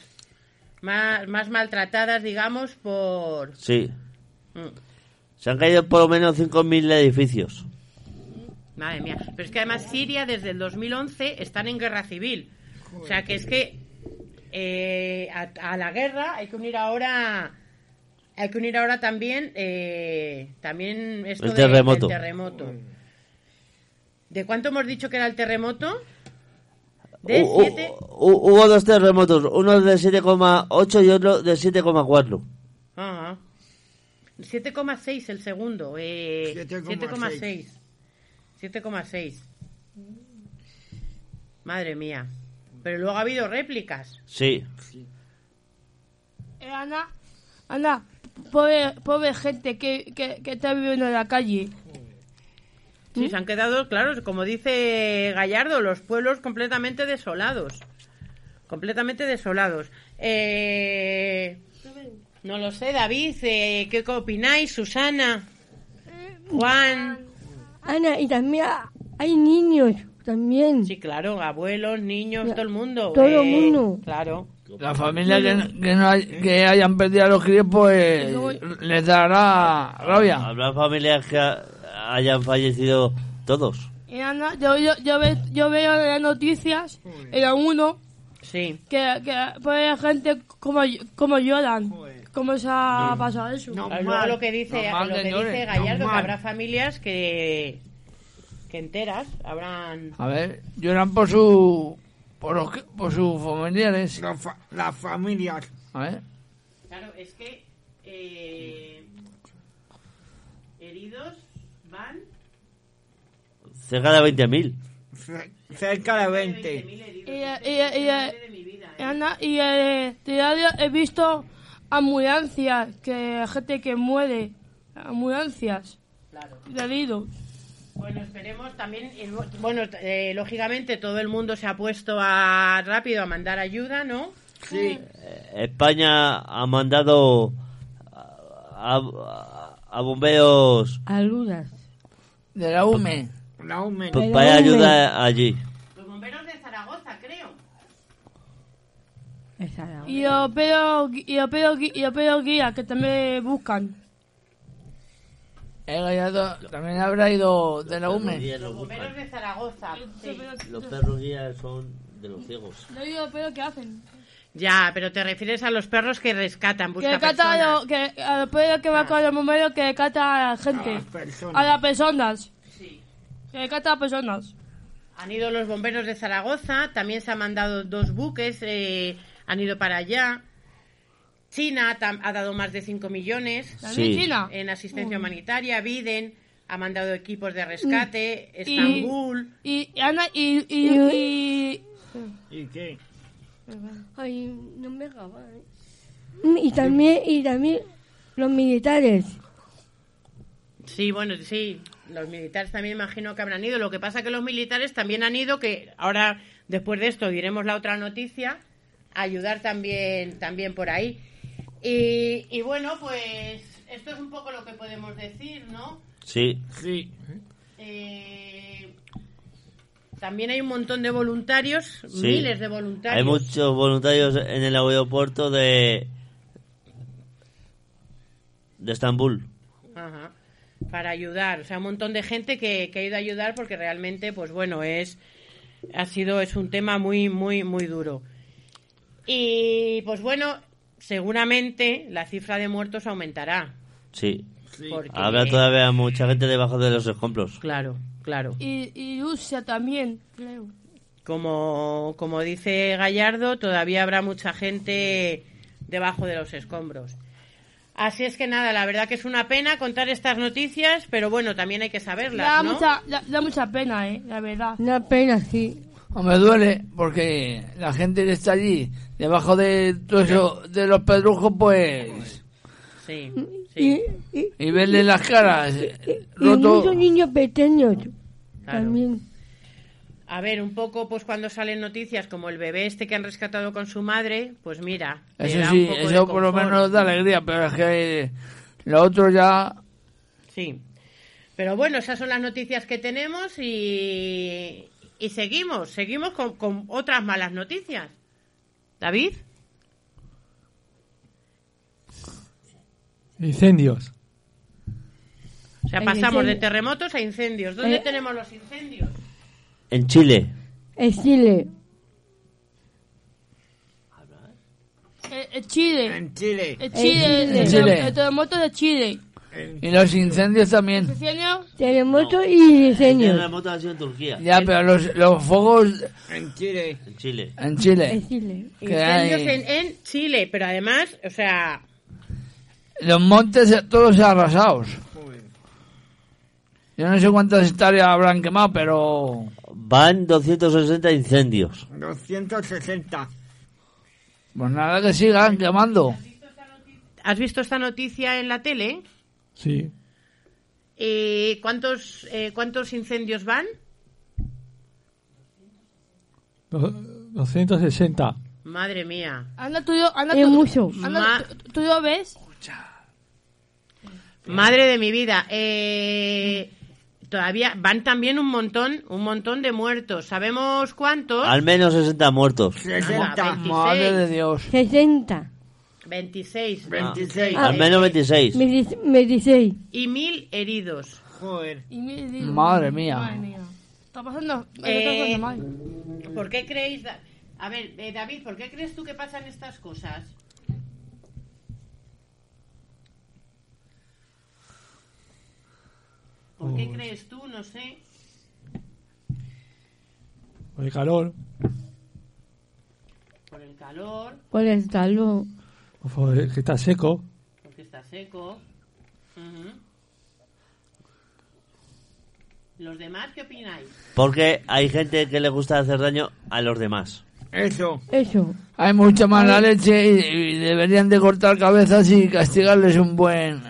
Speaker 7: más, más maltratadas, digamos, por...
Speaker 8: Sí.
Speaker 7: Mm.
Speaker 8: Se han caído por lo menos 5.000 edificios.
Speaker 7: Madre mía. Pero es que además Siria desde el 2011 están en guerra civil. O sea que es que eh, a, a la guerra hay que unir ahora hay que unir ahora también eh, también esto
Speaker 8: El
Speaker 7: de- del
Speaker 8: terremoto.
Speaker 7: terremoto. ¿De cuánto hemos dicho que era el terremoto? De
Speaker 8: Hu- hu-
Speaker 7: 7.
Speaker 8: hu- hubo dos terremotos, uno de 7,8 y otro de 7,4.
Speaker 7: Ajá. 7,6 el segundo. eh, 7,6. 7,6. Madre mía. Pero luego ha habido réplicas.
Speaker 8: Sí.
Speaker 3: Eh, Ana, Ana, pobre, pobre gente que, que, que está viviendo en la calle.
Speaker 7: Sí, se han quedado, claro, como dice Gallardo, los pueblos completamente desolados. Completamente desolados. Eh, no lo sé, David, eh, ¿qué opináis? Susana, Juan.
Speaker 2: Ana, y también ha- hay niños también.
Speaker 7: Sí, claro, abuelos, niños,
Speaker 2: Ya,
Speaker 7: todo el mundo. eh,
Speaker 2: todo el mundo.
Speaker 7: Claro.
Speaker 5: La familia que, no- que, no hay- que hayan perdido a los críos, pues les dará rabia.
Speaker 8: Habrá familias que ha- hayan fallecido todos.
Speaker 3: Eh, Ana, yo, yo, yo, ve- yo veo en las noticias, en la uno,
Speaker 7: Sí.
Speaker 3: que, que pobre gente como, como lloran. ¿Cómo se ha pasado eso?
Speaker 7: Claro, luego lo que dice,
Speaker 5: Normal,
Speaker 7: lo que
Speaker 5: señores,
Speaker 7: dice Gallardo, que
Speaker 5: normal.
Speaker 7: habrá familias que, que enteras habrán...
Speaker 5: A ver, lloran por su. por, los que- por sus familiares.
Speaker 6: La fa- las familias.
Speaker 5: A ver.
Speaker 7: Claro, es que eh, heridos van
Speaker 8: Cerca de 20.000.
Speaker 6: ce- Cerca de 20.
Speaker 7: 20.000 heridos.
Speaker 3: Y, y- y-
Speaker 7: Madre de mi vida, ¿eh?
Speaker 3: Ana, y eh, te diario he visto ambulancias, que gente que muere, ambulancias,
Speaker 7: Claro.
Speaker 3: de heridos.
Speaker 7: Bueno, esperemos también, eh, el- bueno, eh, lógicamente todo el mundo se ha puesto a rápido a mandar ayuda, ¿no?
Speaker 6: Sí.
Speaker 8: Eh, España ha mandado a, a- a bomberos
Speaker 2: Algunas.
Speaker 5: De la E. UME.
Speaker 6: La UME.
Speaker 8: pues, para ayudar allí.
Speaker 3: Y yo pedo, y yo pedo, gui- y yo pedo guía, que también buscan.
Speaker 5: El Gallardo también habrá ido de la E. UME.
Speaker 7: Bomberos de Zaragoza.
Speaker 8: Los perros guías son de los ciegos.
Speaker 3: No digo pedo que hacen.
Speaker 7: Ya, pero te refieres a los perros que rescatan,
Speaker 3: Que
Speaker 7: buscan
Speaker 3: cata a
Speaker 7: personas.
Speaker 3: lo- que, a los pedos que va con los bomberos que cata a la gente.
Speaker 7: A las
Speaker 3: personas. A las personas. Que cata a personas.
Speaker 7: Han ido los bomberos de Zaragoza, también se han mandado dos buques, eh, han ido para allá. China tam- ha dado más de 5 millones
Speaker 3: ¿También Sí. China?
Speaker 7: en asistencia
Speaker 3: Mm.
Speaker 7: humanitaria. Biden ha mandado equipos de rescate.
Speaker 3: Y-
Speaker 7: Estambul.
Speaker 3: Y, y Ana, y, y, y,
Speaker 6: ¿Y qué?
Speaker 2: Ay, no me acaba, ¿eh? Y también, y también los militares.
Speaker 7: Sí, bueno, sí. Los militares también imagino que habrán ido. Lo que pasa que los militares también han ido, que ahora, después de esto, diremos la otra noticia, a ayudar también, también por ahí. Y, y bueno, pues esto es un poco lo que podemos decir, ¿no?
Speaker 8: Sí.
Speaker 6: Sí.
Speaker 7: Eh, también hay un montón de voluntarios,
Speaker 8: Sí.
Speaker 7: miles de voluntarios.
Speaker 8: Hay muchos voluntarios en el aeropuerto de de Estambul.
Speaker 7: Ajá. Para ayudar, o sea, un montón de gente que, que ha ido a ayudar porque realmente, pues bueno, es ha sido es un tema muy muy muy duro. Y pues bueno, seguramente la cifra de muertos aumentará.
Speaker 8: Sí.
Speaker 7: Porque-
Speaker 8: Habrá todavía mucha gente debajo de los escombros.
Speaker 7: Claro, claro.
Speaker 3: y, y Rusia también, creo.
Speaker 7: Como como dice Gallardo, todavía habrá mucha gente debajo de los escombros. Así es que nada, la verdad que es una pena contar estas noticias, pero bueno, también hay que saberlas,
Speaker 3: Da,
Speaker 7: ¿no?
Speaker 3: mucha, da, da mucha pena, eh, la verdad.
Speaker 2: Una pena, sí.
Speaker 5: Pues Me duele porque la gente que está allí, debajo de todo eso, de los pedrujos, pues.
Speaker 7: Sí.
Speaker 2: Y, y-
Speaker 5: Y verle las caras. eh,
Speaker 2: y
Speaker 5: roto.
Speaker 2: muchos niños pequeños. También.
Speaker 7: A ver, un poco, pues cuando salen noticias como el bebé este que han rescatado con su madre, pues mira. te
Speaker 5: Eso
Speaker 7: da un
Speaker 5: sí,
Speaker 7: poco de
Speaker 5: eso por lo
Speaker 7: confort.
Speaker 5: menos da alegría, pero es que lo otro ya.
Speaker 7: Sí. Pero bueno, esas son las noticias que tenemos y, y seguimos, seguimos con, con otras malas noticias. David,
Speaker 4: Incendios.
Speaker 7: o sea,
Speaker 2: El
Speaker 7: pasamos de
Speaker 2: incendio.
Speaker 7: terremotos a incendios. ¿Dónde
Speaker 2: Eh.
Speaker 7: tenemos los incendios?
Speaker 8: En Chile.
Speaker 2: En Chile.
Speaker 3: Eh, eh, Chile.
Speaker 6: En Chile.
Speaker 3: Eh,
Speaker 5: Chile.
Speaker 3: Chile.
Speaker 5: En
Speaker 3: El,
Speaker 5: Chile.
Speaker 3: terremoto- el terremoto de Chile.
Speaker 5: Y los incendios también.
Speaker 3: ¿Diseño?
Speaker 2: Terremoto y diseño.
Speaker 8: terremoto ha sido en Turquía.
Speaker 5: Ya, pero los, los fuegos
Speaker 6: En Chile.
Speaker 8: En Chile.
Speaker 5: en Chile.
Speaker 2: En Chile.
Speaker 5: Que
Speaker 7: Incendios
Speaker 5: hay-
Speaker 7: en, en Chile, pero además, o sea,
Speaker 5: Los montes eh, todos arrasados. Yo no sé cuántas hectáreas habrán quemado, pero...
Speaker 8: Van 260 incendios.
Speaker 6: 260.
Speaker 5: Pues nada, que sigan quemando.
Speaker 7: ¿has visto esta noticia en la tele?
Speaker 4: Sí.
Speaker 7: Eh, ¿cuántos, eh, ¿Cuántos incendios van?
Speaker 4: Do- 260.
Speaker 7: Madre mía.
Speaker 3: Anda tú, yo- anda
Speaker 2: Es
Speaker 3: tú,
Speaker 2: mucho.
Speaker 3: anda
Speaker 7: Ma-
Speaker 3: tú- tú yo ves.
Speaker 7: Madre de mi vida. Eh, todavía van también un montón, un montón de muertos. ¿Sabemos cuántos?
Speaker 8: Al menos 60 muertos.
Speaker 6: 60.
Speaker 5: Madre de Dios.
Speaker 2: 60.
Speaker 7: 26.
Speaker 6: 26.
Speaker 2: Ah.
Speaker 8: Al menos 26.
Speaker 2: Me, dice- me dice.
Speaker 7: Y mil heridos.
Speaker 6: Joder.
Speaker 3: Y me digo,
Speaker 5: Madre mía.
Speaker 3: Madre mía. Está pasando,
Speaker 7: Eh,
Speaker 3: está pasando mal.
Speaker 7: ¿Por qué creéis? da- A ver, eh, David, ¿por qué crees tú que pasan estas cosas? ¿Por qué crees tú? No sé.
Speaker 4: Por el calor.
Speaker 7: Por el calor,
Speaker 3: Pues
Speaker 2: Por el calor.
Speaker 4: o Por el que está seco.
Speaker 7: porque está seco. Ujú. ¿Los demás qué opináis?
Speaker 8: Porque hay gente que le gusta hacer daño a los demás.
Speaker 6: Eso.
Speaker 2: Eso.
Speaker 5: Hay mucha mala leche y, y deberían de cortar cabezas y castigarles un buen...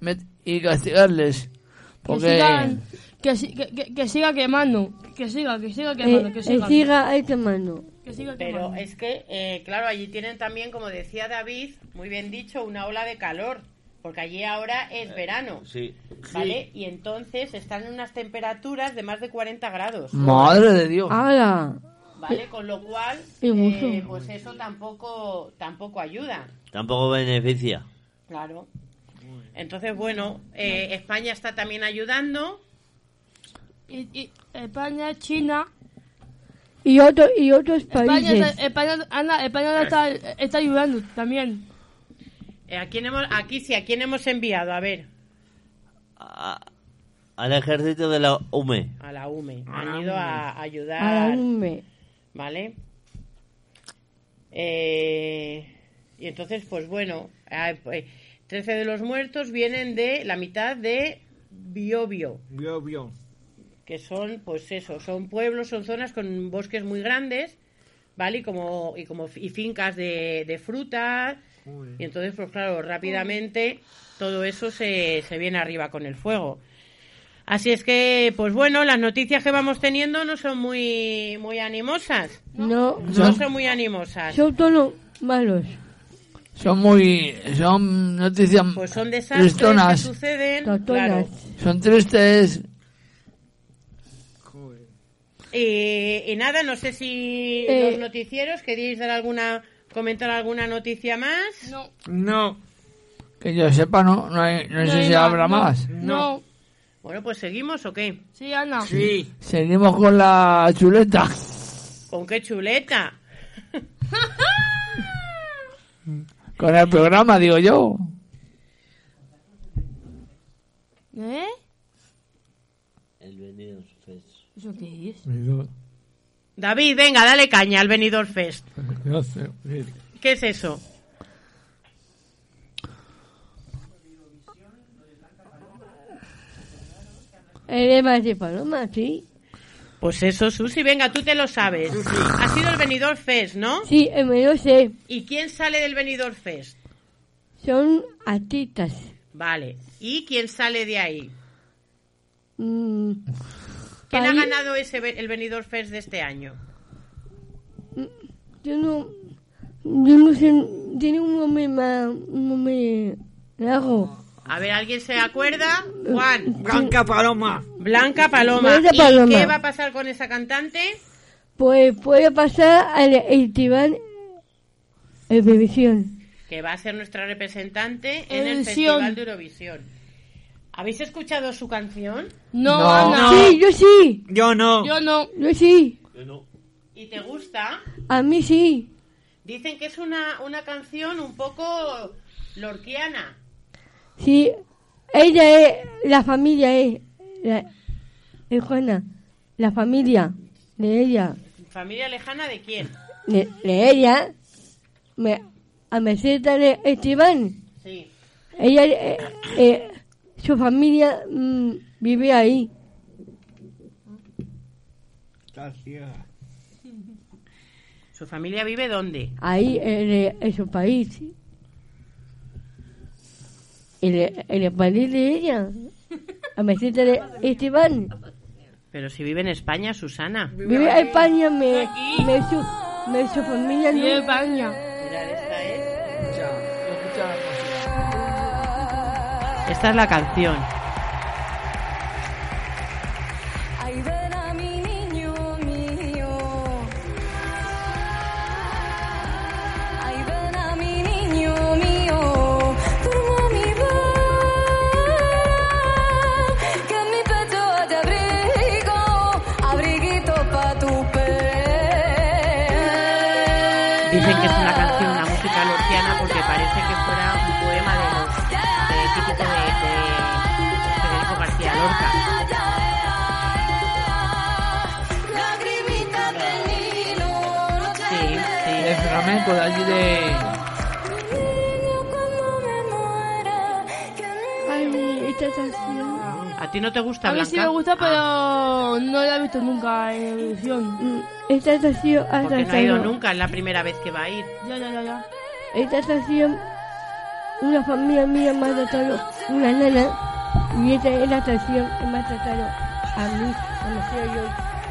Speaker 5: met- Y castigarles.
Speaker 3: Que
Speaker 5: Porque...
Speaker 3: sigan, que, si- que, que- que siga quemando. Que siga, que siga
Speaker 2: Eh,
Speaker 3: quemando.
Speaker 2: eh,
Speaker 3: que siga.
Speaker 2: siga esta mano.
Speaker 3: Que siga
Speaker 7: Pero
Speaker 3: quemando.
Speaker 7: es que, eh, claro, allí tienen también, como decía David, muy bien dicho, una ola de calor, porque allí ahora es verano,
Speaker 8: Sí.
Speaker 7: ¿vale? Y entonces están en unas temperaturas de más de 40 grados,
Speaker 5: Madre de Dios.
Speaker 2: ¡Hala!
Speaker 7: ¿vale? Con lo cual,
Speaker 2: Qué gusto.
Speaker 7: eh, pues eso tampoco, tampoco ayuda,
Speaker 8: Tampoco beneficia.
Speaker 7: claro. Entonces, bueno, eh, España está también ayudando.
Speaker 3: Y- y España, China.
Speaker 2: Y, otro, y otros
Speaker 3: España,
Speaker 2: países.
Speaker 3: está- España, Ana, España está, está ayudando también.
Speaker 7: Eh, ¿A quién hemos, aquí sí, ¿a quién hemos enviado? A ver,
Speaker 8: A- al ejército de la UME.
Speaker 7: a la UME. Han ido a ayudar.
Speaker 2: A la UME.
Speaker 7: ¿Vale? Eh, y entonces, pues bueno, ah, pues, 13 de los muertos vienen de la mitad de Biobio,
Speaker 6: Yo, yo.
Speaker 7: que son, pues eso, son pueblos, son zonas con bosques muy grandes, ¿vale? Y como, y como y fincas de, de fruta. Y entonces, pues claro, rápidamente todo eso se, se viene arriba con el fuego. Así es que, pues bueno, las noticias que vamos teniendo no son muy, muy animosas.
Speaker 2: No,
Speaker 7: No son muy animosas.
Speaker 2: son todos malos.
Speaker 5: Son muy. Son noticias.
Speaker 7: Pues son desastres que
Speaker 5: Tristonas.
Speaker 7: suceden.
Speaker 2: Totonas.
Speaker 7: claro.
Speaker 5: Son tristes.
Speaker 7: Y, y nada, no sé si
Speaker 2: Eh.
Speaker 7: los noticieros queríais dar alguna, comentar alguna noticia más.
Speaker 3: No,
Speaker 6: No,
Speaker 5: Que yo sepa, no, no, hay- no
Speaker 3: no
Speaker 5: sé
Speaker 3: hay
Speaker 5: si
Speaker 3: nada,
Speaker 5: habrá
Speaker 3: no,
Speaker 5: más.
Speaker 3: No.
Speaker 7: Bueno, pues seguimos o qué.
Speaker 3: Sí, Ana.
Speaker 6: sí.
Speaker 5: Seguimos con la chuleta.
Speaker 7: Con qué chuleta.
Speaker 5: Con el programa, digo yo.
Speaker 3: ¿Eh?
Speaker 8: El venido Fest.
Speaker 3: ¿Eso qué es?
Speaker 4: Venido-
Speaker 7: David, venga, dale caña al Benidorm Fest.
Speaker 4: no sé, sí.
Speaker 7: ¿Qué es eso?
Speaker 2: Eres más de paloma, sí.
Speaker 7: Pues eso, Susi, venga, tú te lo sabes. Ha sido el Benidorm Fest, ¿no?
Speaker 2: Sí, eh, me lo sé.
Speaker 7: ¿Y quién sale del Benidorm Fest?
Speaker 2: Son artistas.
Speaker 7: Vale. ¿Y quién sale de ahí?
Speaker 2: Mm,
Speaker 7: ¿Quién ha
Speaker 2: Ahí-
Speaker 7: ganado ese be- el Benidorm Fest de este año?
Speaker 2: yo no. Yo no sé. Tiene un nombre más. Un nombre largo.
Speaker 7: A ver, ¿alguien se acuerda? Juan.
Speaker 6: Blanca Paloma.
Speaker 7: Blanca Paloma.
Speaker 2: Blanca Paloma.
Speaker 7: ¿Y qué va a pasar con esa cantante?
Speaker 2: Pues puede pasar al festival Eurovisión.
Speaker 7: Que va a ser nuestra representante en el
Speaker 3: Eurovisión.
Speaker 7: Festival de Eurovisión. ¿Habéis escuchado su canción?
Speaker 3: No,
Speaker 5: No.
Speaker 3: Ana.
Speaker 2: Sí, yo sí.
Speaker 6: Yo no.
Speaker 3: Yo no.
Speaker 2: Yo sí.
Speaker 7: ¿Y te gusta?
Speaker 2: A mí sí.
Speaker 7: Dicen que es una, una canción un poco lorquiana.
Speaker 2: Sí. Ella es. La familia es. La, es Juana. La familia de ella.
Speaker 7: ¿Familia lejana de quién?
Speaker 2: de, de ella me, a meseta de Esteban.
Speaker 7: Sí.
Speaker 2: Ella, eh, eh, su familia mm, vive ahí.
Speaker 7: ¿Su familia vive dónde?
Speaker 2: Ahí en, eh, en su país. En, el- en el país de ella. A meseta de Esteban.
Speaker 7: Pero si vive en España, Susana.
Speaker 2: Vive en España, me, me, su, me su familia.
Speaker 3: Sí,
Speaker 2: no-
Speaker 3: España.
Speaker 7: Mirad, esta es. Esta es la canción.
Speaker 10: Ahí ven a mi niño mío. Ahí ven a mi niño mío. Como mi va. Que en mi pecho te abrigo. Abriguito pa' tu pez.
Speaker 7: Dicen que es una canción, una música lorquiana, porque parece que fuera un poema de los de típico de, de Federico García Lorca.
Speaker 10: Lagrimita del Nilo. No te
Speaker 7: Sí,
Speaker 5: El flamenco de allí de.
Speaker 10: niño cuando me muera. Que
Speaker 2: Ay, esta canción.
Speaker 7: sí. ¿A ti no te gusta,
Speaker 3: A mí
Speaker 7: Blanca? Ah,
Speaker 3: sí me gusta, pero no la he visto nunca en televisión.
Speaker 2: mm, Esta ah, estación hasta
Speaker 7: Porque no ha ido nunca, es la primera vez que va a ir.
Speaker 3: Ya, ya, ya, ya.
Speaker 2: Esta estación, una familia mía me ha tratado, una nana, y esta es la estación que me ha tratado a mí, cuando soy yo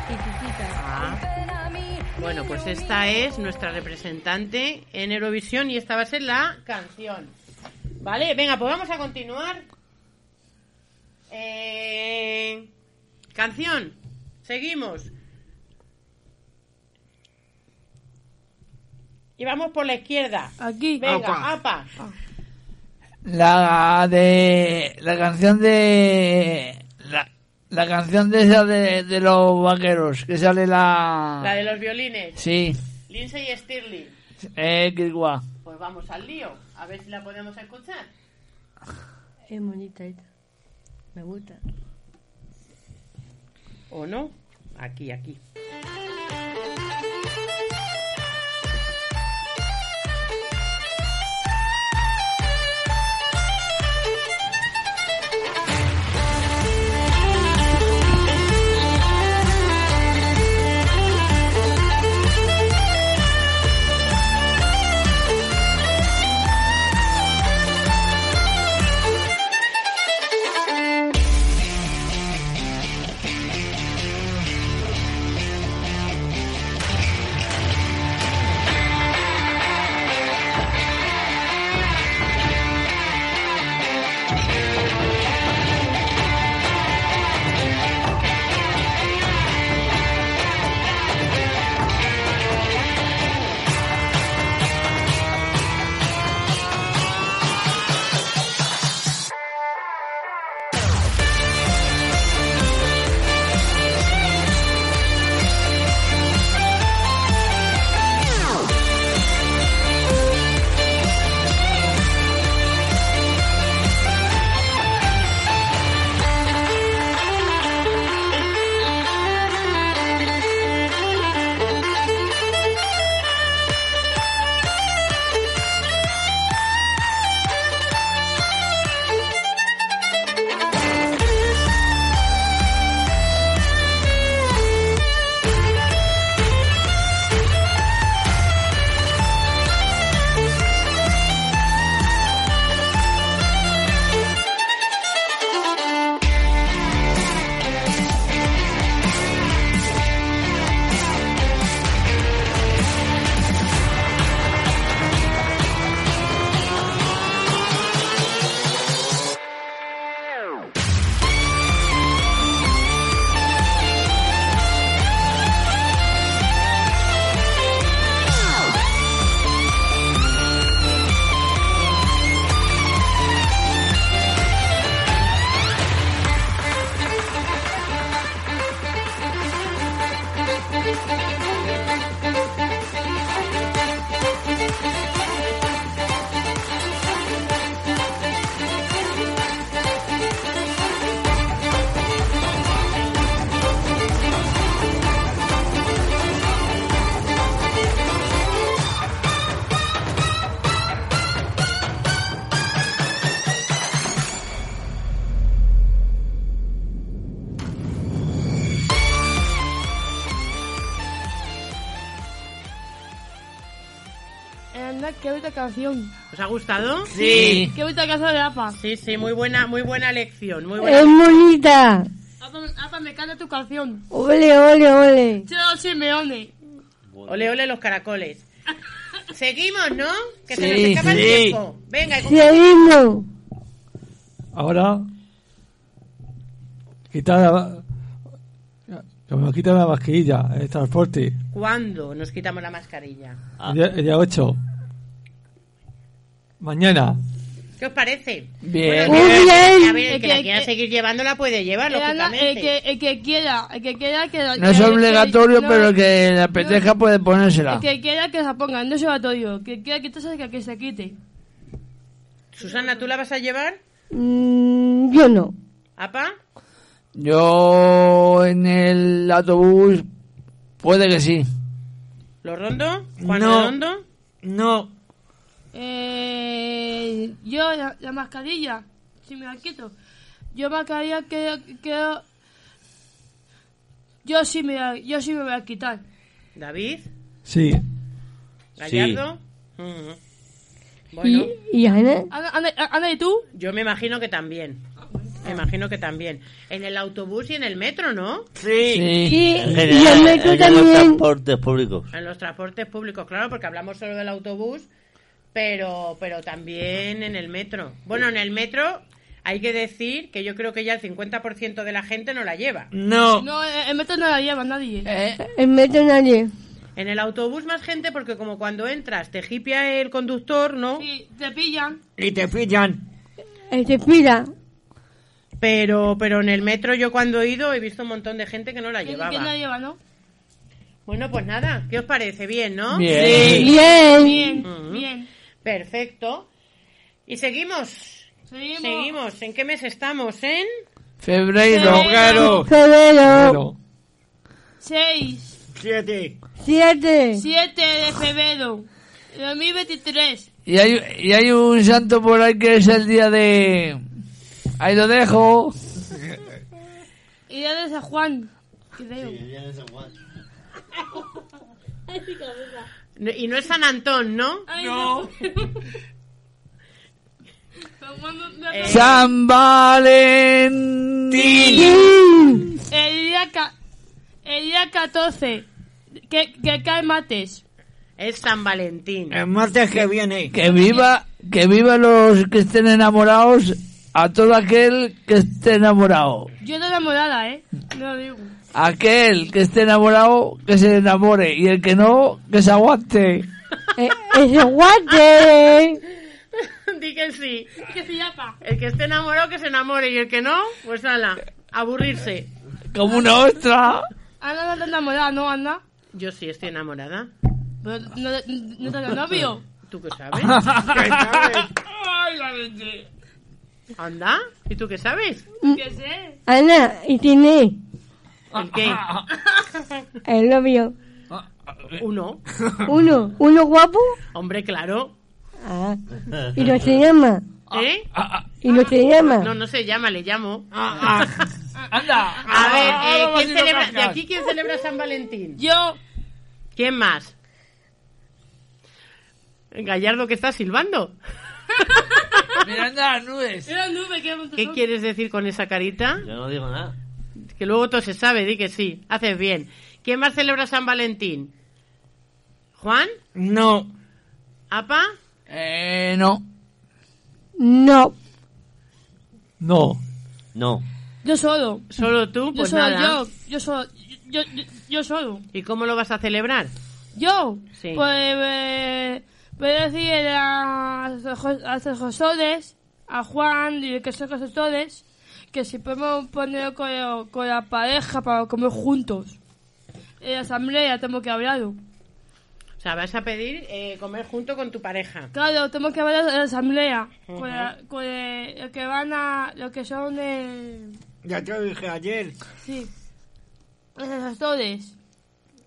Speaker 2: chiquitita.
Speaker 7: Ah,
Speaker 10: ven a mí,
Speaker 7: Bueno, pues esta es nuestra representante en Eurovisión y esta va a ser la canción. Vale, venga, pues vamos a continuar. Eh, canción, seguimos. Y vamos por la izquierda. Aquí. Venga,
Speaker 5: Apa.
Speaker 7: apa.
Speaker 5: La de. La canción de. La, la canción de esa de, de los vaqueros, que sale la.
Speaker 7: La de los violines.
Speaker 5: Sí,
Speaker 7: Lindsay Stirling.
Speaker 5: eh, que guau.
Speaker 7: Pues vamos al lío, a ver si la podemos escuchar.
Speaker 2: Es bonita esta. Me gusta.
Speaker 7: ¿O no? Aquí, aquí.
Speaker 3: Anda, qué bonita canción.
Speaker 7: ¿Os ha gustado?
Speaker 3: Sí. Qué bonita canción de APA.
Speaker 7: Sí, sí, muy buena, muy buena lección, muy buena.
Speaker 4: Eh.
Speaker 2: Es bonita.
Speaker 3: APA, APA, me encanta tu canción.
Speaker 2: Ole, ole, ole.
Speaker 3: Chao, Simeone.
Speaker 7: Ole, ole los caracoles. Seguimos, ¿no? Que se
Speaker 4: Sí,
Speaker 7: nos escapa el
Speaker 4: sí.
Speaker 7: tiempo. Venga, y con-
Speaker 2: Seguimos.
Speaker 4: Ahora, quitar la, que me quitan la mascarilla, el transporte,
Speaker 7: ¿cuándo nos quitamos la mascarilla?
Speaker 4: el, día, el día 8. Mañana.
Speaker 7: ¿Qué os parece?
Speaker 4: Bien.
Speaker 7: Bueno,
Speaker 4: Muy
Speaker 7: A ver, el que la
Speaker 3: Que-
Speaker 7: quiera
Speaker 3: que-
Speaker 7: seguir llevando la puede llevar,
Speaker 3: El, ana-
Speaker 7: lógicamente.
Speaker 3: el que, el que quiera, el que quiera que
Speaker 5: No es
Speaker 3: que-
Speaker 5: obligatorio,
Speaker 3: no,
Speaker 5: pero el que le apetezca puede ponérsela.
Speaker 3: El que quiera que se la pongan, no es obligatorio. El que quiera quitarse, que, que se quite.
Speaker 7: Susana, ¿tú la vas a llevar?
Speaker 2: Mm, yo no.
Speaker 7: ¿Apa?
Speaker 5: Yo en el autobús puede que sí.
Speaker 7: ¿Lo rondo? ¿Juan
Speaker 5: No.
Speaker 7: Redondo?
Speaker 5: No.
Speaker 3: Eh, yo, la, la mascarilla, si me la quito. Yo mascarilla que, que yo sí me la, yo sí me voy a quitar.
Speaker 7: ¿David?
Speaker 4: Sí.
Speaker 7: ¿Gallardo? Mm. Bueno,
Speaker 2: ¿Y, y Ana?
Speaker 3: Ana, Ana- Ana, ¿y tú?
Speaker 7: yo me imagino que también. imagino que también. En el autobús y en el metro, ¿no?
Speaker 2: Sí.
Speaker 8: En general, en los transportes públicos.
Speaker 7: En los transportes públicos, claro, porque hablamos solo del autobús, pero, pero también en el metro. Bueno, en el metro hay que decir que yo creo que ya el 50% de la gente no la lleva.
Speaker 3: No. No, eh, en metro no la lleva nadie.
Speaker 2: Eh. En metro nadie.
Speaker 7: En el autobús más gente porque como cuando entras te jipia el conductor, ¿no?
Speaker 3: Sí, te pillan.
Speaker 6: Y te pillan.
Speaker 2: Eh, te pira.
Speaker 7: Pero, pero en el metro yo cuando he ido he visto un montón de gente que no la
Speaker 3: ¿Quién
Speaker 7: llevaba.
Speaker 3: quién la lleva, no?
Speaker 7: Bueno, pues nada, ¿qué os parece? Bien, ¿no?
Speaker 3: Bien.
Speaker 2: Sí. Bien.
Speaker 3: Bien,
Speaker 7: Ujú.
Speaker 3: bien.
Speaker 7: Perfecto. Y seguimos.
Speaker 3: Seguimos.
Speaker 7: Seguimos. ¿En qué mes estamos? ¿En?
Speaker 5: Febrero.
Speaker 6: Claro.
Speaker 2: Febrero.
Speaker 3: 6,
Speaker 6: Siete.
Speaker 2: Siete.
Speaker 3: 7 de febrero 2023.
Speaker 5: Y hay, y hay un santo por ahí que es el día de... Ahí lo dejo.
Speaker 3: Y ya de San Juan, creo.
Speaker 7: No- Y no es San Antón, ¿no?
Speaker 3: Ay, no. San Juan no- no-
Speaker 5: San Valentín.
Speaker 3: El día, ca- el día 14, que, que cae mates.
Speaker 7: Es San Valentín.
Speaker 6: El martes que viene.
Speaker 5: Que viva, que viva los que estén enamorados, a todo aquel que esté enamorado.
Speaker 3: Yo estoy enamorada, ¿eh? No lo digo.
Speaker 5: Aquel que esté enamorado, que se enamore. Y el que no, que se aguante.
Speaker 2: Eh, ese guante.
Speaker 7: Di que sí.
Speaker 3: Que se llama.
Speaker 7: El que esté enamorado que se enamore y el que no, pues ala, aburrirse.
Speaker 5: Como una ostra.
Speaker 3: Ana no está enamorada, ¿no, Ana?
Speaker 7: Yo sí estoy enamorada.
Speaker 3: Pero no, no tengo novio.
Speaker 7: ¿Tú qué sabes? eh,
Speaker 3: Ay, la leche.
Speaker 7: ¿Anda? ¿Y tú qué sabes?
Speaker 3: ¿Qué sé?
Speaker 2: Ana, y tiene
Speaker 7: ¿El qué?
Speaker 2: el novio.
Speaker 7: Uno.
Speaker 2: Uno. Uno guapo.
Speaker 7: Hombre, claro.
Speaker 2: Ah. Y no se llama.
Speaker 7: ¿Eh?
Speaker 2: Y no se
Speaker 7: No,
Speaker 2: llama.
Speaker 7: no se llama, le llamo.
Speaker 3: Ah,
Speaker 5: Anda.
Speaker 7: A ver, eh,
Speaker 5: vamos
Speaker 7: ¿quién
Speaker 5: a hacer
Speaker 7: celebra,
Speaker 5: una
Speaker 7: ¿de aquí quién celebra San Valentín?
Speaker 3: Yo,
Speaker 7: ¿Quién más? Gallardo que está silbando.
Speaker 5: Mirando las nubes.
Speaker 3: era nube que hemos
Speaker 7: ¿Qué quieres decir con esa carita?
Speaker 8: Yo no digo nada.
Speaker 7: Que luego todo se sabe, di que sí. Haces bien. ¿Quién más celebra San Valentín? ¿Juan?
Speaker 6: No.
Speaker 7: ¿Apa?
Speaker 5: Eh, no.
Speaker 2: No.
Speaker 4: No.
Speaker 8: No.
Speaker 3: Yo solo.
Speaker 7: ¿Solo tú?
Speaker 3: Yo
Speaker 7: Pues
Speaker 3: solo,
Speaker 7: nada.
Speaker 3: yo. Yo solo. Yo, yo, yo solo.
Speaker 7: ¿Y cómo lo vas a celebrar?
Speaker 3: Yo.
Speaker 7: Sí.
Speaker 3: Pues. eh, voy a decir a, a los Josodes, a Juan y que son Josodes, que si podemos poner con, con la pareja para comer juntos. En la asamblea tengo que hablarlo.
Speaker 7: O sea, vas a pedir eh, comer junto con tu pareja.
Speaker 3: Claro, tengo que hablar en la asamblea. Con, la- con eh, lo que van a. Lo que son. eh,
Speaker 6: Ya te lo dije ayer.
Speaker 3: sí. Los Josodes.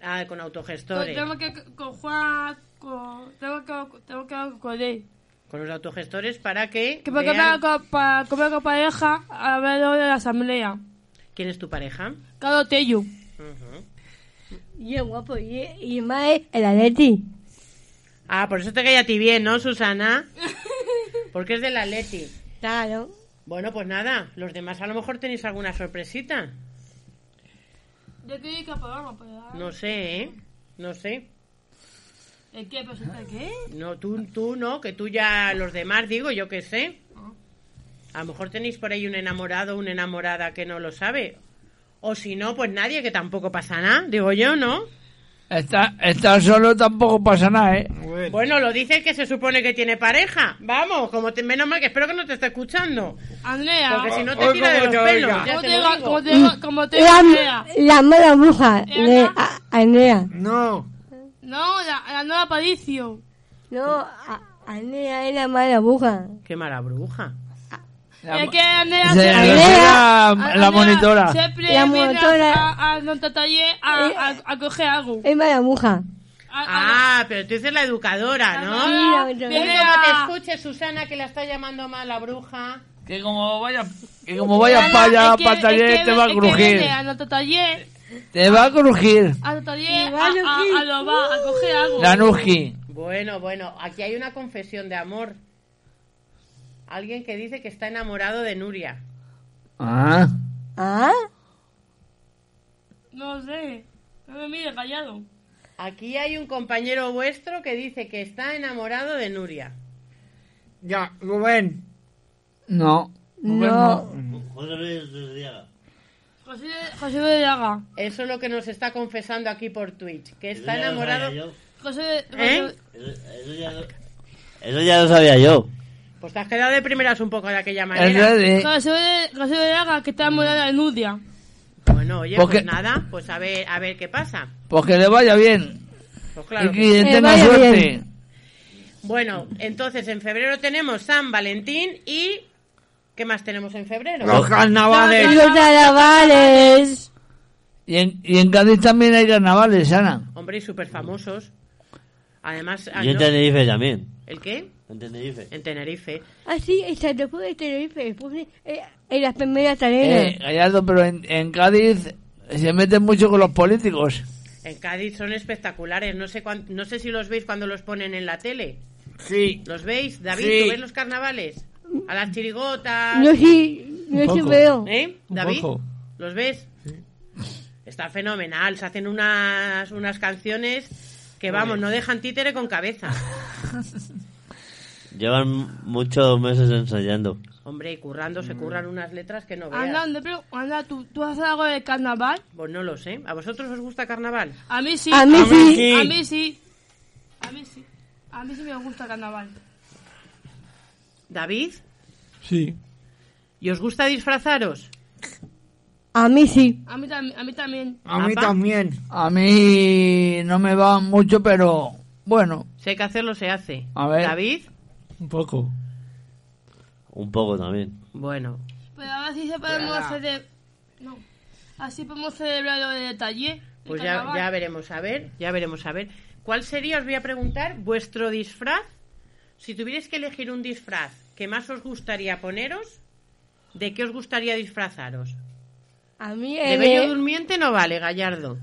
Speaker 7: Ah, con autogestores.
Speaker 3: Tengo que con Juan, con, tengo que tengo que hablar con él.
Speaker 7: Con los autogestores para que,
Speaker 3: Que porque me
Speaker 7: vean
Speaker 3: con, para comer con pareja a ver de la asamblea.
Speaker 7: quién es tu pareja.
Speaker 3: Claro, Tello.
Speaker 2: Y es guapo. Y, y más es el Atleti.
Speaker 7: Ah, por eso te cae a ti bien, ¿no, Susana? Porque es del Atleti.
Speaker 2: Claro.
Speaker 7: Bueno, pues nada, los demás a lo mejor tenéis alguna sorpresita.
Speaker 3: ¿De qué que programa? Pues,
Speaker 7: No sé, ¿eh? No sé.
Speaker 3: ¿De qué? ¿Pues de qué?
Speaker 7: No, tú, tú no, que tú ya los demás, digo, yo qué sé. A lo mejor tenéis por ahí un enamorado o una enamorada que no lo sabe. O si no, pues nadie, que tampoco pasa nada, digo yo, ¿no?
Speaker 5: Estar, estar solo tampoco pasa nada, ¿eh?
Speaker 6: Bueno.
Speaker 7: Bueno, lo dice el que se supone que tiene pareja. Vamos, como te- menos mal que espero que no te esté escuchando.
Speaker 3: Andrea.
Speaker 7: Porque si no
Speaker 6: Hoy
Speaker 7: te tira de
Speaker 6: como
Speaker 7: los
Speaker 6: te
Speaker 7: pelos.
Speaker 6: oiga.
Speaker 7: ya
Speaker 3: Como te
Speaker 7: te
Speaker 3: digo,
Speaker 7: lo digo.
Speaker 3: como te digo, como te digo,
Speaker 2: La,
Speaker 3: Andrea. Eh,
Speaker 2: la mala bruja de a, Anea.
Speaker 6: No.
Speaker 3: No, la, la nueva Padicio.
Speaker 2: No, a, Anea es la mala bruja.
Speaker 7: Qué mala bruja.
Speaker 5: La-
Speaker 3: es Ah, que Andrea
Speaker 5: Se-
Speaker 3: siempre-
Speaker 2: Andrea.
Speaker 5: la-
Speaker 3: Andrea
Speaker 5: la monitora.
Speaker 3: Siempre
Speaker 2: La
Speaker 3: viene
Speaker 2: monitora.
Speaker 3: A, a nuestro taller a,
Speaker 2: Eh.
Speaker 3: a, a coger algo.
Speaker 2: Es mala bruja.
Speaker 3: A- a-
Speaker 7: Ah, pero tú dices la educadora, ¿no?
Speaker 2: Sí, la
Speaker 3: viene
Speaker 2: monitora.
Speaker 7: Como te
Speaker 3: a-
Speaker 7: escuche Susana que la está llamando mala bruja.
Speaker 5: Que como vaya, que como vayas para
Speaker 3: Ana,
Speaker 5: allá,
Speaker 3: es que-
Speaker 5: para el taller,
Speaker 3: es que
Speaker 5: te
Speaker 3: ve-
Speaker 5: va a
Speaker 3: es que
Speaker 5: crujir.
Speaker 3: viene A nuestro taller,
Speaker 5: Te va a crujir.
Speaker 3: a nuestro taller,
Speaker 2: Y
Speaker 3: a,
Speaker 2: va a crujir.
Speaker 3: a, a lo va, a coger algo.
Speaker 5: La Nuski.
Speaker 7: Bueno, bueno, aquí hay una confesión de amor. Alguien que dice que está enamorado de Nuria.
Speaker 5: Ah,
Speaker 2: ¿Ah?
Speaker 3: No sé. No me mire, callado.
Speaker 7: Aquí hay un compañero vuestro que dice que está enamorado de Nuria.
Speaker 6: Ya, Rubén.
Speaker 5: no.
Speaker 2: No.
Speaker 8: José Luis de Diaga.
Speaker 3: José, José de Llaga.
Speaker 7: Eso es lo que nos está confesando aquí por Twitch, que está
Speaker 8: Eso ya lo sabía
Speaker 7: enamorado.
Speaker 8: yo.
Speaker 3: José,
Speaker 7: ¿Eh?
Speaker 3: José-
Speaker 8: Eso- Eso ya lo- eso ya lo sabía yo.
Speaker 7: Pues te has quedado de primeras un poco de aquella
Speaker 5: Es
Speaker 7: manera.
Speaker 5: de...
Speaker 3: José de- José de Llaga, que está enamorada de Nudia.
Speaker 7: Bueno, oye,
Speaker 5: Porque-
Speaker 7: pues nada, pues a ver, a ver qué pasa.
Speaker 5: Pues que le vaya bien.
Speaker 7: Pues claro.
Speaker 5: y
Speaker 7: que-
Speaker 5: que
Speaker 2: Que
Speaker 5: tenga
Speaker 2: vaya
Speaker 5: suerte.
Speaker 2: bien.
Speaker 7: Bueno, entonces en febrero tenemos San Valentín y ¿qué más tenemos en febrero?
Speaker 6: Los carnavales.
Speaker 2: Los carnavales.
Speaker 5: Y en, y en Cádiz también hay carnavales, Ana.
Speaker 7: Hombre, y súper famosos. Además, ah,
Speaker 8: Yo en
Speaker 7: ¿no? Eh.
Speaker 8: Tenerife también.
Speaker 7: ¿el qué?
Speaker 8: En Tenerife.
Speaker 7: En Tenerife.
Speaker 2: Así, exacto, después de Tenerife, después de- eh, en las primeras tareas.
Speaker 5: Eh, Gallardo, pero en, en Cádiz se meten mucho con los políticos.
Speaker 7: En Cádiz son espectaculares. No sé, cuán- no sé si los veis cuando los ponen en la tele.
Speaker 6: Sí.
Speaker 7: ¿Los veis? David,
Speaker 6: Sí.
Speaker 7: ¿tú ves los carnavales? A las chirigotas.
Speaker 2: No sí,
Speaker 4: Un
Speaker 2: no sí
Speaker 4: poco.
Speaker 2: veo.
Speaker 7: ¿Eh?
Speaker 4: Un
Speaker 7: David,
Speaker 4: poco.
Speaker 7: ¿los ves?
Speaker 4: Sí.
Speaker 7: Está fenomenal. Se hacen unas, unas canciones que, vamos, no dejan títere con cabeza.
Speaker 8: Llevan muchos meses ensayando.
Speaker 7: Hombre, y currando se curran unas letras que no
Speaker 3: Anda,
Speaker 7: veas.
Speaker 3: ¿dónde pre- anda, ¿tú, ¿tú haces algo de carnaval?
Speaker 7: Pues no lo sé. ¿A vosotros os gusta carnaval?
Speaker 3: A mí sí.
Speaker 2: A mí sí.
Speaker 3: A mí sí. A mí sí. A mí sí me gusta carnaval.
Speaker 7: David,
Speaker 4: Sí.
Speaker 7: ¿y os gusta disfrazaros?
Speaker 2: A mí sí.
Speaker 3: A mí, tam- a mí también.
Speaker 6: A mí
Speaker 7: Apa.
Speaker 6: también.
Speaker 5: A mí no me van mucho, pero bueno.
Speaker 7: Sé que hacerlo se hace.
Speaker 5: A ver.
Speaker 7: David,
Speaker 4: Un poco.
Speaker 8: Un poco también.
Speaker 7: bueno.
Speaker 3: Pero ahora sí se podemos celebrar. No. Así podemos celebrar lo de detalle. el
Speaker 7: Pues ya,
Speaker 3: carnaval.
Speaker 7: ya veremos a ver, ya veremos a ver. ¿Cuál sería, os voy a preguntar, vuestro disfraz? Si tuvierais que elegir un disfraz que más os gustaría poneros, ¿de qué os gustaría disfrazaros?
Speaker 2: A mí eh,
Speaker 7: De
Speaker 2: el
Speaker 7: bello
Speaker 2: de,
Speaker 7: durmiente no vale, Gallardo.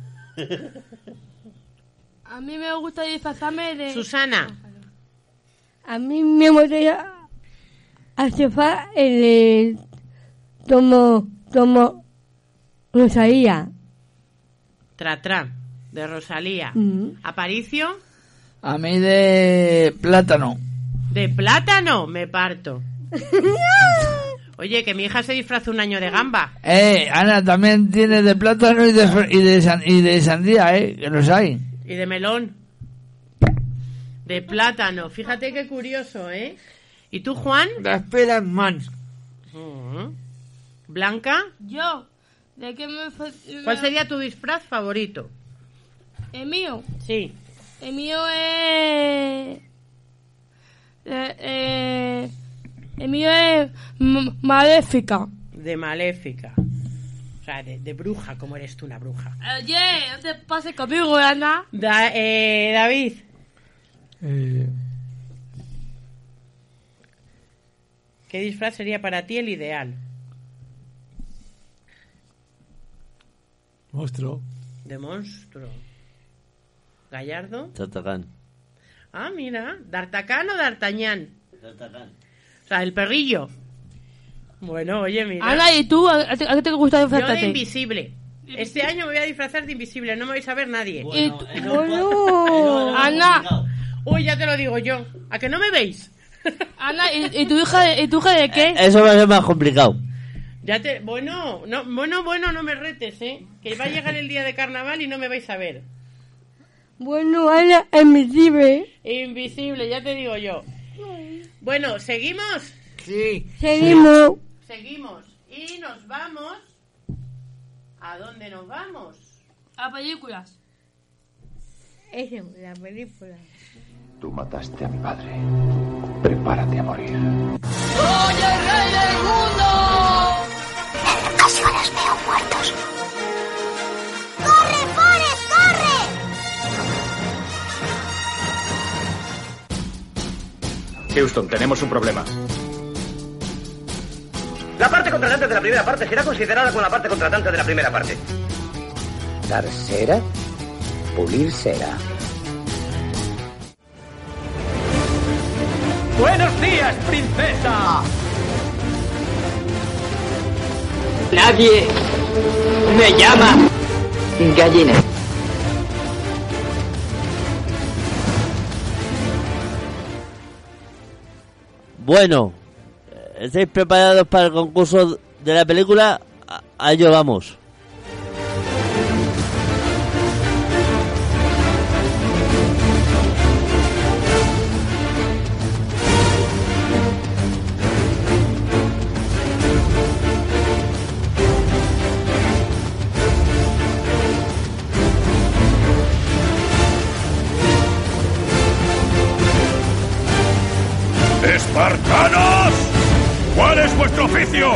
Speaker 3: A mí me gusta disfrazarme
Speaker 7: Eh.
Speaker 3: de.
Speaker 7: Susana,
Speaker 2: a mí me gustaría hacer fa- el de tomo tomo Rosalía.
Speaker 7: Tratra, de Rosalía.
Speaker 2: Mm.
Speaker 7: Aparicio,
Speaker 5: A mí de plátano.
Speaker 7: de plátano, me parto. Oye, que mi hija se disfraza un año de gamba.
Speaker 5: Eh, Ana también tiene de plátano y de, fr- y de, san- y de sandía, eh, que los hay.
Speaker 7: Y de melón. De plátano. Fíjate qué curioso, ¿eh? ¿Y tú, Juan?
Speaker 6: De Spiderman.
Speaker 7: Mm. Blanca,
Speaker 3: Yo. ¿De qué me. fue-
Speaker 7: ¿cuál
Speaker 3: me-
Speaker 7: sería tu disfraz favorito?
Speaker 3: El mío.
Speaker 7: Sí.
Speaker 3: El mío es. Eh, eh, el mío es. m- Maléfica.
Speaker 7: De maléfica. O sea, de, de bruja, como eres tú una bruja.
Speaker 3: Oye, Eh, no te pases conmigo, Ana.
Speaker 7: Da- eh, David,
Speaker 4: Eh,
Speaker 7: ¿qué disfraz sería para ti el ideal?
Speaker 4: monstruo.
Speaker 7: De monstruo. ¿Gallardo?
Speaker 8: Tatacán.
Speaker 7: Ah, mira. ¿D'Artacán o D'Artagnan? O sea, el perrillo. Bueno, oye, mira.
Speaker 3: Ana, ¿y tú? ¿A, a ti- a qué te gusta
Speaker 7: Yo de
Speaker 3: disfrazarte?
Speaker 7: invisible. Este año me voy a disfrazar de invisible, no me vais a ver nadie.
Speaker 3: Y tú-
Speaker 2: Bueno,
Speaker 3: Ana,
Speaker 7: Uy, ya te lo digo yo. ¿A que no me veis?
Speaker 3: Ana, ¿y, y tu hija de, ¿y tu hija de qué?
Speaker 8: Eso va a ser más complicado.
Speaker 7: Ya te, bueno, no, bueno, bueno, no me retes, ¿eh? Que va a llegar el día de carnaval y no me vais a ver.
Speaker 2: bueno, ahora en mi libre.
Speaker 7: Invisible, ya te digo yo. Bueno, seguimos,
Speaker 6: Sí.
Speaker 2: Seguimos.
Speaker 7: seguimos y nos vamos. ¿A dónde nos vamos?
Speaker 3: A películas.
Speaker 2: Esa es la película.
Speaker 11: Tú mataste a mi padre. Prepárate a morir.
Speaker 10: ¡Corre, Forrest, corre!
Speaker 11: Houston, tenemos un problema.
Speaker 9: La parte contratante de la primera parte será considerada como la parte contratante de la primera parte.
Speaker 11: ¿Dar cera? Pulir cera.
Speaker 9: ¡Buenos días, princesa!
Speaker 12: Nadie me llama. Gallina.
Speaker 8: Bueno, eh, ¿estáis preparados para el concurso de la película? A, a ello vamos.
Speaker 13: ¡Espartanos! ¿Cuál es vuestro oficio?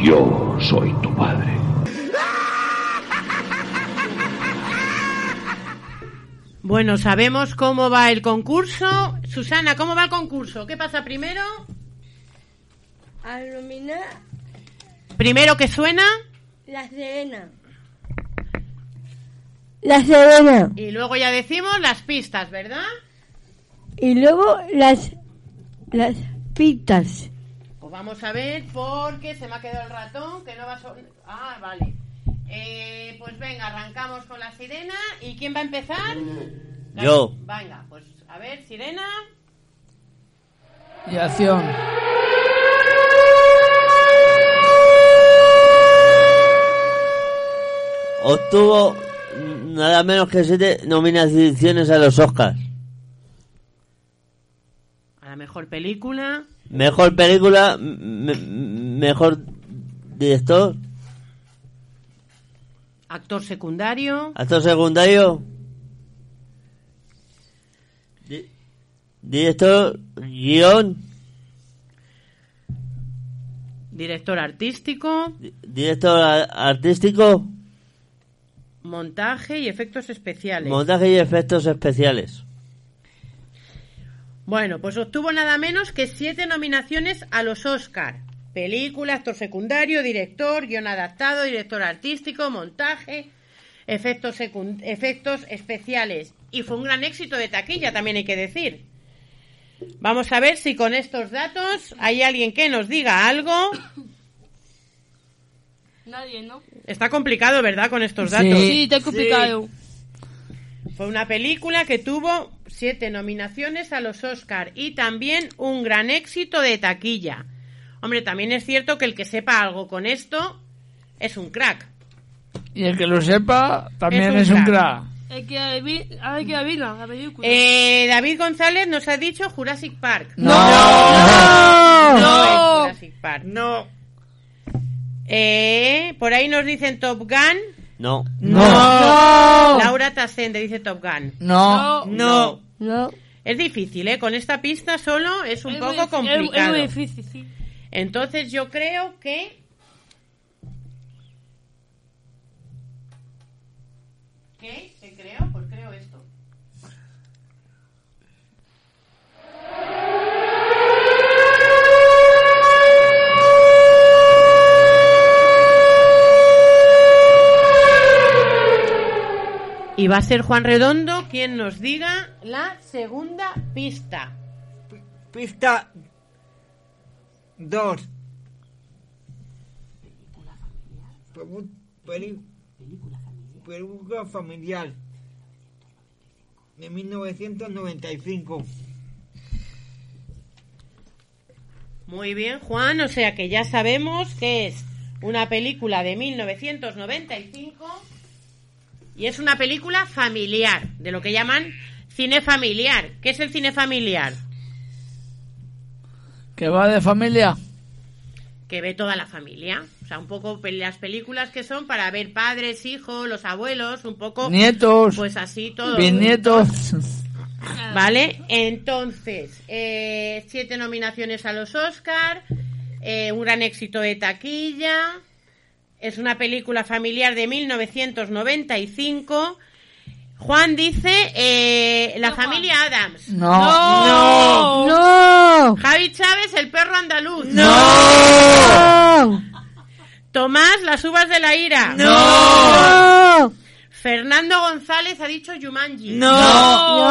Speaker 11: Yo soy tu padre.
Speaker 7: Bueno, sabemos cómo va el concurso. Susana, ¿cómo va el concurso? ¿Qué pasa primero?
Speaker 2: Aluminar
Speaker 7: Primero que suena.
Speaker 2: la serena. La serena.
Speaker 7: Y luego ya decimos las pistas, ¿verdad?
Speaker 2: Y luego las. Las pitas.
Speaker 7: Pues vamos a ver, porque se me ha quedado el ratón, que no va a... son- Ah, vale. Eh, pues venga, arrancamos con la sirena. ¿Y quién va a empezar?
Speaker 8: Yo.
Speaker 7: Venga, pues a ver, sirena.
Speaker 5: Y acción.
Speaker 8: Obtuvo nada menos que siete nominaciones a los Oscars.
Speaker 7: A la mejor película.
Speaker 8: Mejor película, me- mejor director,
Speaker 7: Actor secundario.
Speaker 8: actor secundario, di- director, guión,
Speaker 7: Director artístico.
Speaker 8: director a- artístico,
Speaker 7: Montaje y efectos especiales.
Speaker 8: montaje y efectos especiales.
Speaker 7: Bueno, pues obtuvo nada menos que siete nominaciones a los Oscar. Película, actor secundario, director, guión adaptado, director artístico, montaje, efectos, secun- efectos especiales. Y fue un gran éxito de taquilla, también hay que decir. Vamos a ver si con estos datos hay alguien que nos diga algo.
Speaker 3: Nadie, ¿no?
Speaker 7: Está complicado, ¿verdad? Con estos
Speaker 3: Sí.
Speaker 7: datos.
Speaker 3: Sí, está complicado.
Speaker 7: Fue una película que tuvo siete nominaciones a los Oscar y también un gran éxito de taquilla. Hombre, también es cierto que el que sepa algo con esto es un crack.
Speaker 5: Y el que lo sepa también
Speaker 7: Es
Speaker 5: es
Speaker 7: un
Speaker 5: un,
Speaker 7: crack.
Speaker 5: crack.
Speaker 3: Hay que adivi- hay que adivinar la película.
Speaker 7: Eh, David González nos ha dicho Jurassic Park.
Speaker 5: No.
Speaker 7: no,
Speaker 5: No.
Speaker 7: no es Jurassic Park. No. Eh, por ahí nos dicen Top Gun.
Speaker 8: No.
Speaker 7: No. Laura Tasende dice Top Gun.
Speaker 5: No.
Speaker 7: No.
Speaker 2: No.
Speaker 7: Es difícil, ¿eh? Con esta pista solo es un
Speaker 3: Es muy
Speaker 7: poco
Speaker 3: difícil, es- es muy
Speaker 7: complicado.
Speaker 3: difícil,
Speaker 7: Entonces yo creo que... ¿Qué? ¿Qué creo? Pues creo esto. Y va a ser Juan Redondo quien nos diga la segunda pista.
Speaker 6: Pista 2. Película familiar. De 1995.
Speaker 7: Muy bien, Juan, o sea que ya sabemos que es una película de 1995 y es una película familiar, de lo que llaman cine familiar. ¿Qué es el cine familiar?
Speaker 5: Que va de familia.
Speaker 7: Que ve toda la familia. O sea, un poco pe- las películas que son para ver padres, hijos, los abuelos, un poco...
Speaker 5: Nietos.
Speaker 7: Pues así todo.
Speaker 5: Bisnietos.
Speaker 7: Vale, entonces, eh, siete nominaciones a los Oscar, eh, un gran éxito de taquilla, es una película familiar de 1995. Juan dice eh, La familia Adams.
Speaker 5: No.
Speaker 7: no.
Speaker 2: No.
Speaker 7: Javi Chávez, el perro andaluz.
Speaker 2: No.
Speaker 7: Tomás, las uvas de la ira.
Speaker 2: No.
Speaker 7: Fernando González ha dicho Yumanji.
Speaker 5: No. No.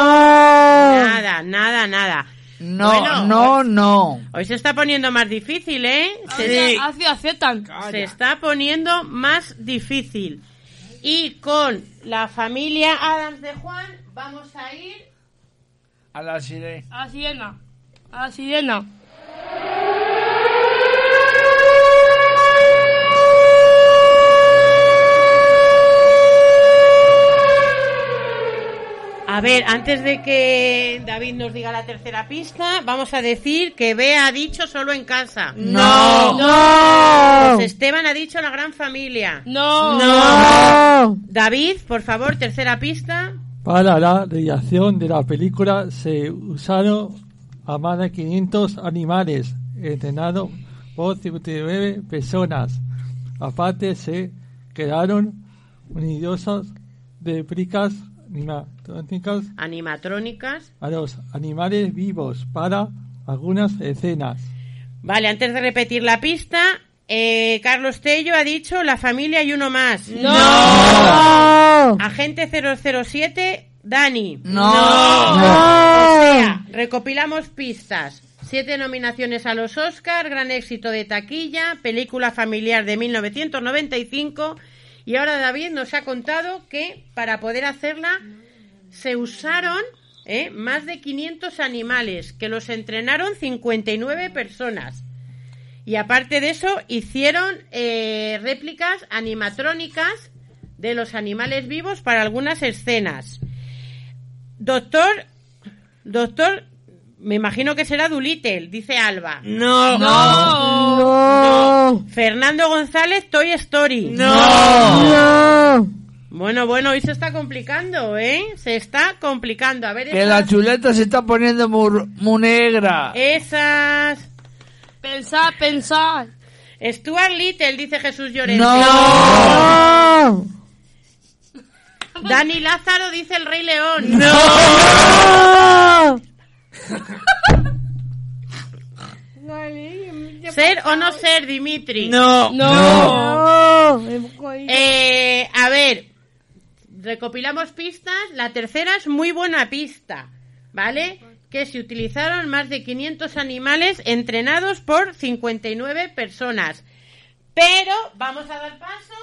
Speaker 7: Nada, nada, nada.
Speaker 5: No,
Speaker 7: Bueno,
Speaker 5: no, no.
Speaker 7: Hoy se está poniendo más difícil, ¿eh? Se, se está poniendo más difícil. Y con la familia Adams de Juan vamos a ir
Speaker 5: A la sirena.
Speaker 3: A la sirena. A la sirena.
Speaker 7: A ver, antes de que David nos diga la tercera pista, vamos a decir que Bea ha dicho solo en casa.
Speaker 1: No.
Speaker 7: no. Pues Esteban ha dicho la gran familia.
Speaker 3: No.
Speaker 7: No. David, por favor, tercera pista.
Speaker 4: Para la realización de la película se usaron a más de 500 animales entrenados por 59 personas. Aparte se crearon unidosas de pricas animatrónicas
Speaker 7: Animatrónicas.
Speaker 4: a los animales vivos para algunas escenas.
Speaker 7: Vale, antes de repetir la pista, eh, Carlos Tello ha dicho la familia y uno más. No. Agente 007, Dani. No. O sea, recopilamos pistas. Siete nominaciones a los Oscar, gran éxito de taquilla, película familiar de 1995. Y ahora David nos ha contado que para poder hacerla se usaron ¿eh? más de 500 animales, que los entrenaron 59 personas. Y aparte de eso, hicieron eh, réplicas animatrónicas de los animales vivos para algunas escenas. Doctor, doctor, me imagino que será Doolittle, dice Alba.
Speaker 1: No. No. No.
Speaker 7: Fernando González, Toy Story.
Speaker 5: No.
Speaker 7: Bueno, bueno, hoy se está complicando, ¿eh? Se está complicando. A ver,
Speaker 5: Que
Speaker 7: esas-
Speaker 5: la chuleta se está poniendo muy, muy negra.
Speaker 7: Esas. Pensad, pensad. Stuart Little, dice Jesús Llorente.
Speaker 5: ¡No!
Speaker 7: Dani Lázaro dice el Rey León. Ser o no ser, Dimitri.
Speaker 1: No. No.
Speaker 7: Eh, a ver, recopilamos pistas. La tercera es muy buena pista, ¿vale? Que se utilizaron más de 500 animales entrenados por 59 personas. Pero vamos a dar paso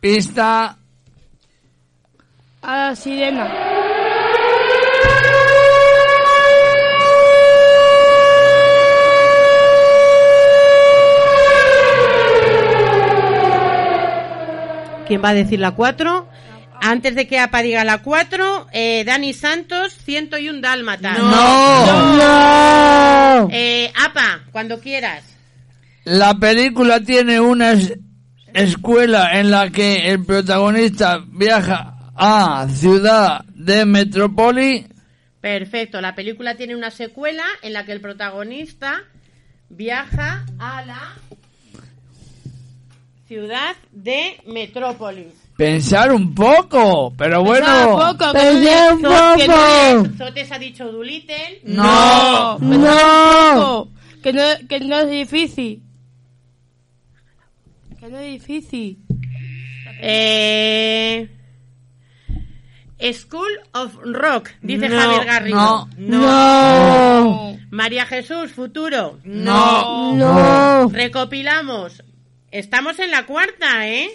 Speaker 5: Pista.
Speaker 3: A la sirena.
Speaker 7: ¿Quién va a decir la 4? Antes de que APA diga la 4, eh, Dani Santos, 101 Dálmatas.
Speaker 5: No. No.
Speaker 7: Eh, APA, cuando quieras.
Speaker 5: La película tiene una es- escuela en la que el protagonista viaja a ciudad de Metrópoli.
Speaker 7: Perfecto, la película tiene una secuela en la que el protagonista viaja a la ciudad de Metrópolis.
Speaker 5: Pensar un poco, pero bueno.
Speaker 7: Pensad poco, que no le- que no le- Sotes ha dicho Doolittle.
Speaker 5: No.
Speaker 3: No. Que no, que no es difícil. Que no es difícil.
Speaker 7: Eh, School of Rock, dice
Speaker 3: No,
Speaker 7: Javier Garrido.
Speaker 3: no,
Speaker 1: no.
Speaker 7: María Jesús, futuro.
Speaker 1: No. No.
Speaker 7: Recopilamos. Estamos en la cuarta, ¿eh?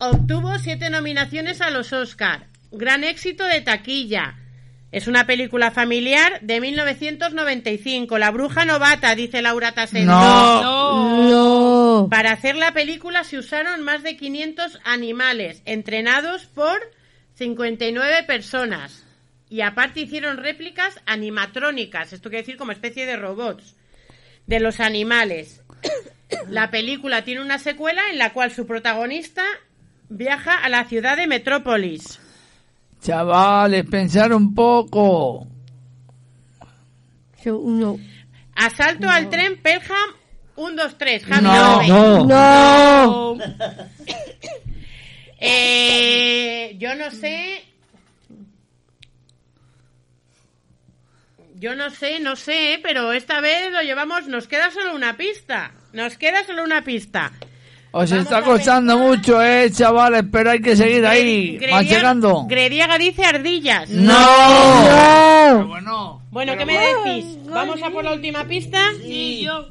Speaker 7: Obtuvo siete nominaciones a los Oscar. Gran éxito de taquilla. Es una película familiar de 1995. La bruja novata, dice Laura Tasendo.
Speaker 2: No.
Speaker 7: Para hacer la película se usaron más de 500 animales, entrenados por 59 personas. Y aparte hicieron réplicas animatrónicas, esto quiere decir como especie de robots, de los animales. La película tiene una secuela en la cual su protagonista viaja a la ciudad de Metrópolis.
Speaker 5: Chavales, pensar un poco.
Speaker 7: Asalto al tren Pelham 1, 2, 3. Javi,
Speaker 5: No.
Speaker 7: dame.
Speaker 5: No. No.
Speaker 7: Eh, yo no sé. Yo no sé, no sé, pero esta vez lo llevamos. Nos queda solo una pista. Nos queda solo una pista.
Speaker 5: Os está costando mucho, eh, chavales, pero hay que seguir ahí,
Speaker 7: Grediaga-
Speaker 5: machacando.
Speaker 7: Grediaga Eh, dice ardillas.
Speaker 5: ¡No! ¡No!
Speaker 7: Bueno, ¿qué me decís? ¿Vamos a por la última pista? Sí, yo.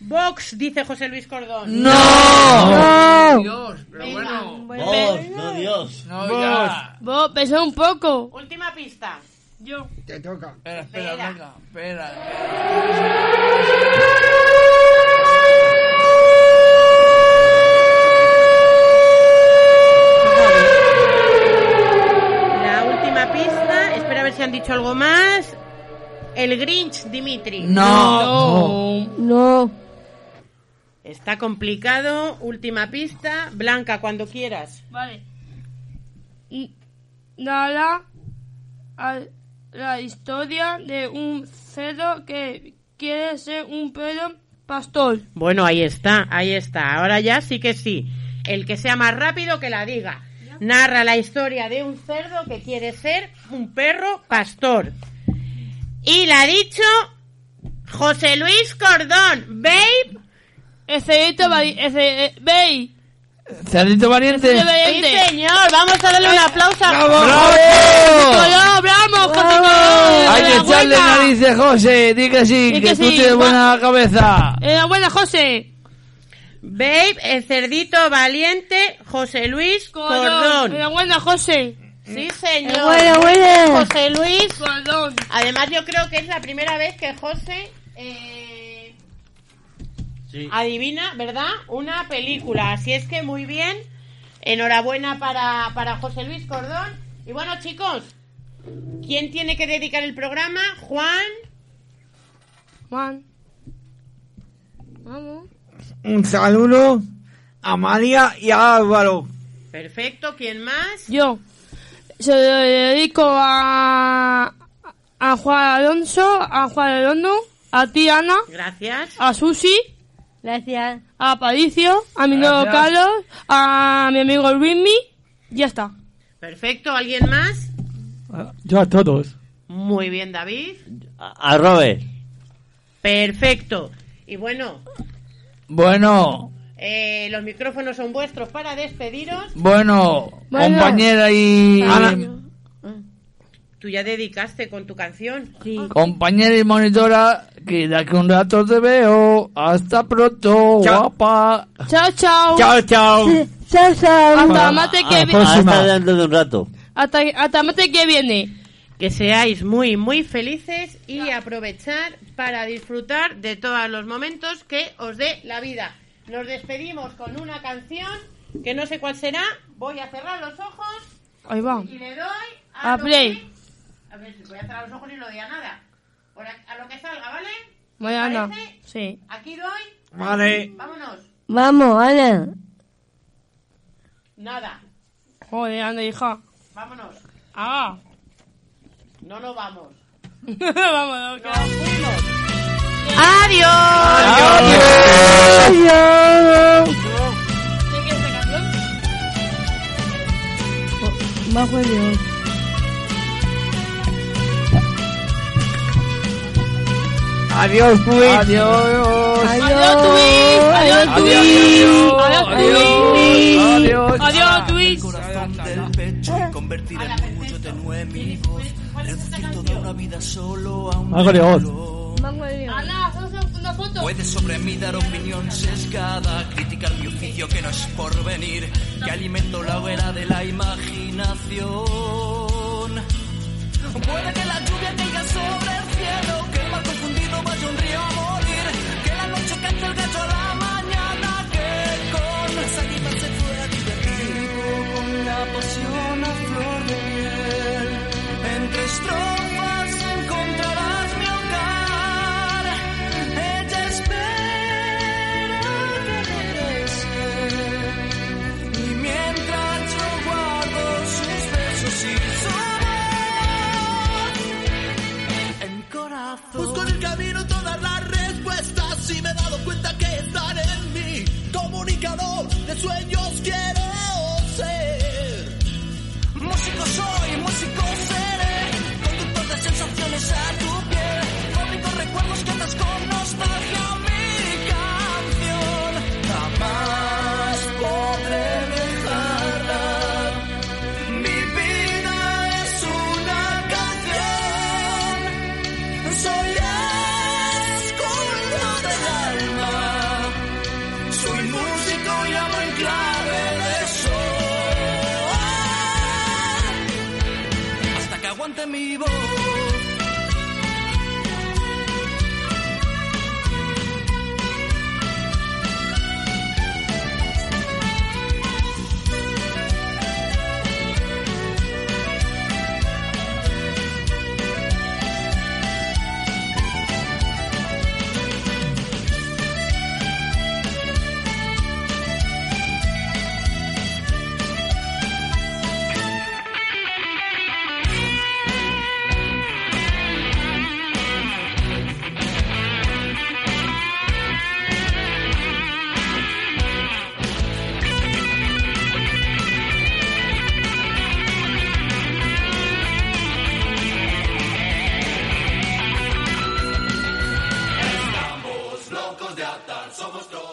Speaker 7: Vox, dice José Luis Cordón.
Speaker 5: ¡No!
Speaker 7: Dios, pero bueno.
Speaker 8: Vos, Oh, no Dios.
Speaker 5: No,
Speaker 8: Vos.
Speaker 5: ya.
Speaker 3: Vos, pensé un poco.
Speaker 7: Última pista. Yo.
Speaker 6: Te toca.
Speaker 5: Espera, espera, venga, espera.
Speaker 7: La última pista, espera a ver si han dicho algo más. El Grinch, Dimitri.
Speaker 2: No. No.
Speaker 7: Está complicado. Última pista. Blanca, cuando quieras.
Speaker 3: Vale. N- Nada a la historia de un cerdo que quiere ser un perro pastor.
Speaker 7: Bueno, ahí está, ahí está. Ahora ya sí que sí. El que sea más rápido que la diga. Narra la historia de un cerdo que quiere ser un perro pastor. Y la ha dicho José Luis Cordón. Babe.
Speaker 3: Cerdito valiente. Babe.
Speaker 5: Cerdito valiente.
Speaker 7: Sí, señor. Vamos a darle un aplauso. a-
Speaker 5: ¡Bravo!
Speaker 3: ¡Bravo! ¡Bravo, José Colón!
Speaker 5: Hay que echarle
Speaker 3: Enhorabuena.
Speaker 5: narices, José. Di que sí,
Speaker 3: Di
Speaker 5: que,
Speaker 3: que
Speaker 5: tú
Speaker 3: sí,
Speaker 5: tienes
Speaker 3: va.
Speaker 5: buena cabeza.
Speaker 3: Enhorabuena, José.
Speaker 7: Babe, el cerdito valiente, José Luis Cordón. Mm.
Speaker 3: Enhorabuena, José.
Speaker 7: Sí, señor.
Speaker 3: Enhorabuena.
Speaker 7: José Luis.
Speaker 3: Cordón.
Speaker 7: Además, yo creo que es la primera vez que José eh, adivina, ¿verdad? Una película. Así es que muy bien. Enhorabuena para, para José Luis Cordón. Y bueno, chicos, ¿quién tiene que dedicar el programa? Juan.
Speaker 3: Juan. Vamos.
Speaker 6: Un saludo a María y a Álvaro.
Speaker 7: Perfecto. ¿Quién más?
Speaker 3: Yo se lo dedico a, a Juan Alonso, a Juan Alonso, a ti Ana,
Speaker 7: Gracias.
Speaker 3: a Susi,
Speaker 2: Gracias.
Speaker 3: a Padicio, a mi
Speaker 2: Gracias.
Speaker 3: nuevo Carlos, a mi amigo Luismi, ya está.
Speaker 7: Perfecto. ¿Alguien más?
Speaker 4: Ah, Yo a todos.
Speaker 7: Muy bien, David.
Speaker 8: A Robert.
Speaker 7: Perfecto. Y bueno,
Speaker 5: Bueno,
Speaker 7: eh, los micrófonos son vuestros para despediros.
Speaker 5: bueno,
Speaker 7: Bueno.
Speaker 5: compañera y...
Speaker 7: Tú ya dedicaste con tu canción.
Speaker 5: Compañera y monitora, que de aquí un rato te veo. Hasta pronto, guapa.
Speaker 3: Chao, chao.
Speaker 5: Chao, chao.
Speaker 2: Chao, chao.
Speaker 3: Hasta mate que vi-
Speaker 8: Hasta dentro de un rato.
Speaker 3: hasta, hasta mate que viene.
Speaker 7: Que seáis muy, muy felices y aprovechar para disfrutar de todos los momentos que os dé la vida. Nos despedimos con una canción que no sé cuál será. Voy a cerrar los ojos
Speaker 3: Ahí va.
Speaker 7: y le doy a,
Speaker 3: A
Speaker 7: lo
Speaker 3: play.
Speaker 7: que- A ver, voy a cerrar los ojos y no doy a nada. Por a, a lo que salga, ¿vale?
Speaker 3: Voy a Ana.
Speaker 7: ¿Parece?
Speaker 3: Sí.
Speaker 7: Aquí doy.
Speaker 6: Vale.
Speaker 7: Vámonos.
Speaker 2: Vamos, Ana.
Speaker 7: Nada.
Speaker 3: Joder, anda, hija.
Speaker 7: Vámonos.
Speaker 3: Ah.
Speaker 7: No nos vamos.
Speaker 3: Vámonos. que-
Speaker 7: Adiós.
Speaker 2: Adiós.
Speaker 3: ¿Te quieres esta canción?
Speaker 2: Bajo el león.
Speaker 6: Adiós, Twitch.
Speaker 5: Adiós.
Speaker 3: Adiós, Twitch. Adiós, Twitch. Adiós, Twitch.
Speaker 5: Adiós.
Speaker 3: Adiós, Twitch.
Speaker 1: del pecho y convertir en tuyo tenue mi voz. Reducir toda una vida solo a un
Speaker 4: Algo de voz.
Speaker 3: Ana, haz una foto.
Speaker 1: Puedes sobre mí dar opinión sesgada, criticar mi oficio que no es por venir, que alimento la hoguera de la imaginación. Puede que la lluvia caiga sobre el cielo, que el mar confundido vaya a un río a morir, que la noche cante el gato a la mañana, que con las águilas se fuera a divertir. Con la pasión a flor de miel, entre estrofas encontrarás mi hogar. Ella espera que regrese, y mientras yo guardo sus besos y su amor en mi corazón. Busco en el camino todas las respuestas y me he dado cuenta que están en mí. Comunicador de sueños quiero ser. Músico soy, músico seré, conductor de sensaciones a tu piel, fabrico recuerdos que atas con nostalgia a mi canción. Jamás
Speaker 14: ante mi voz.
Speaker 1: Estamos locos de atar, somos locos.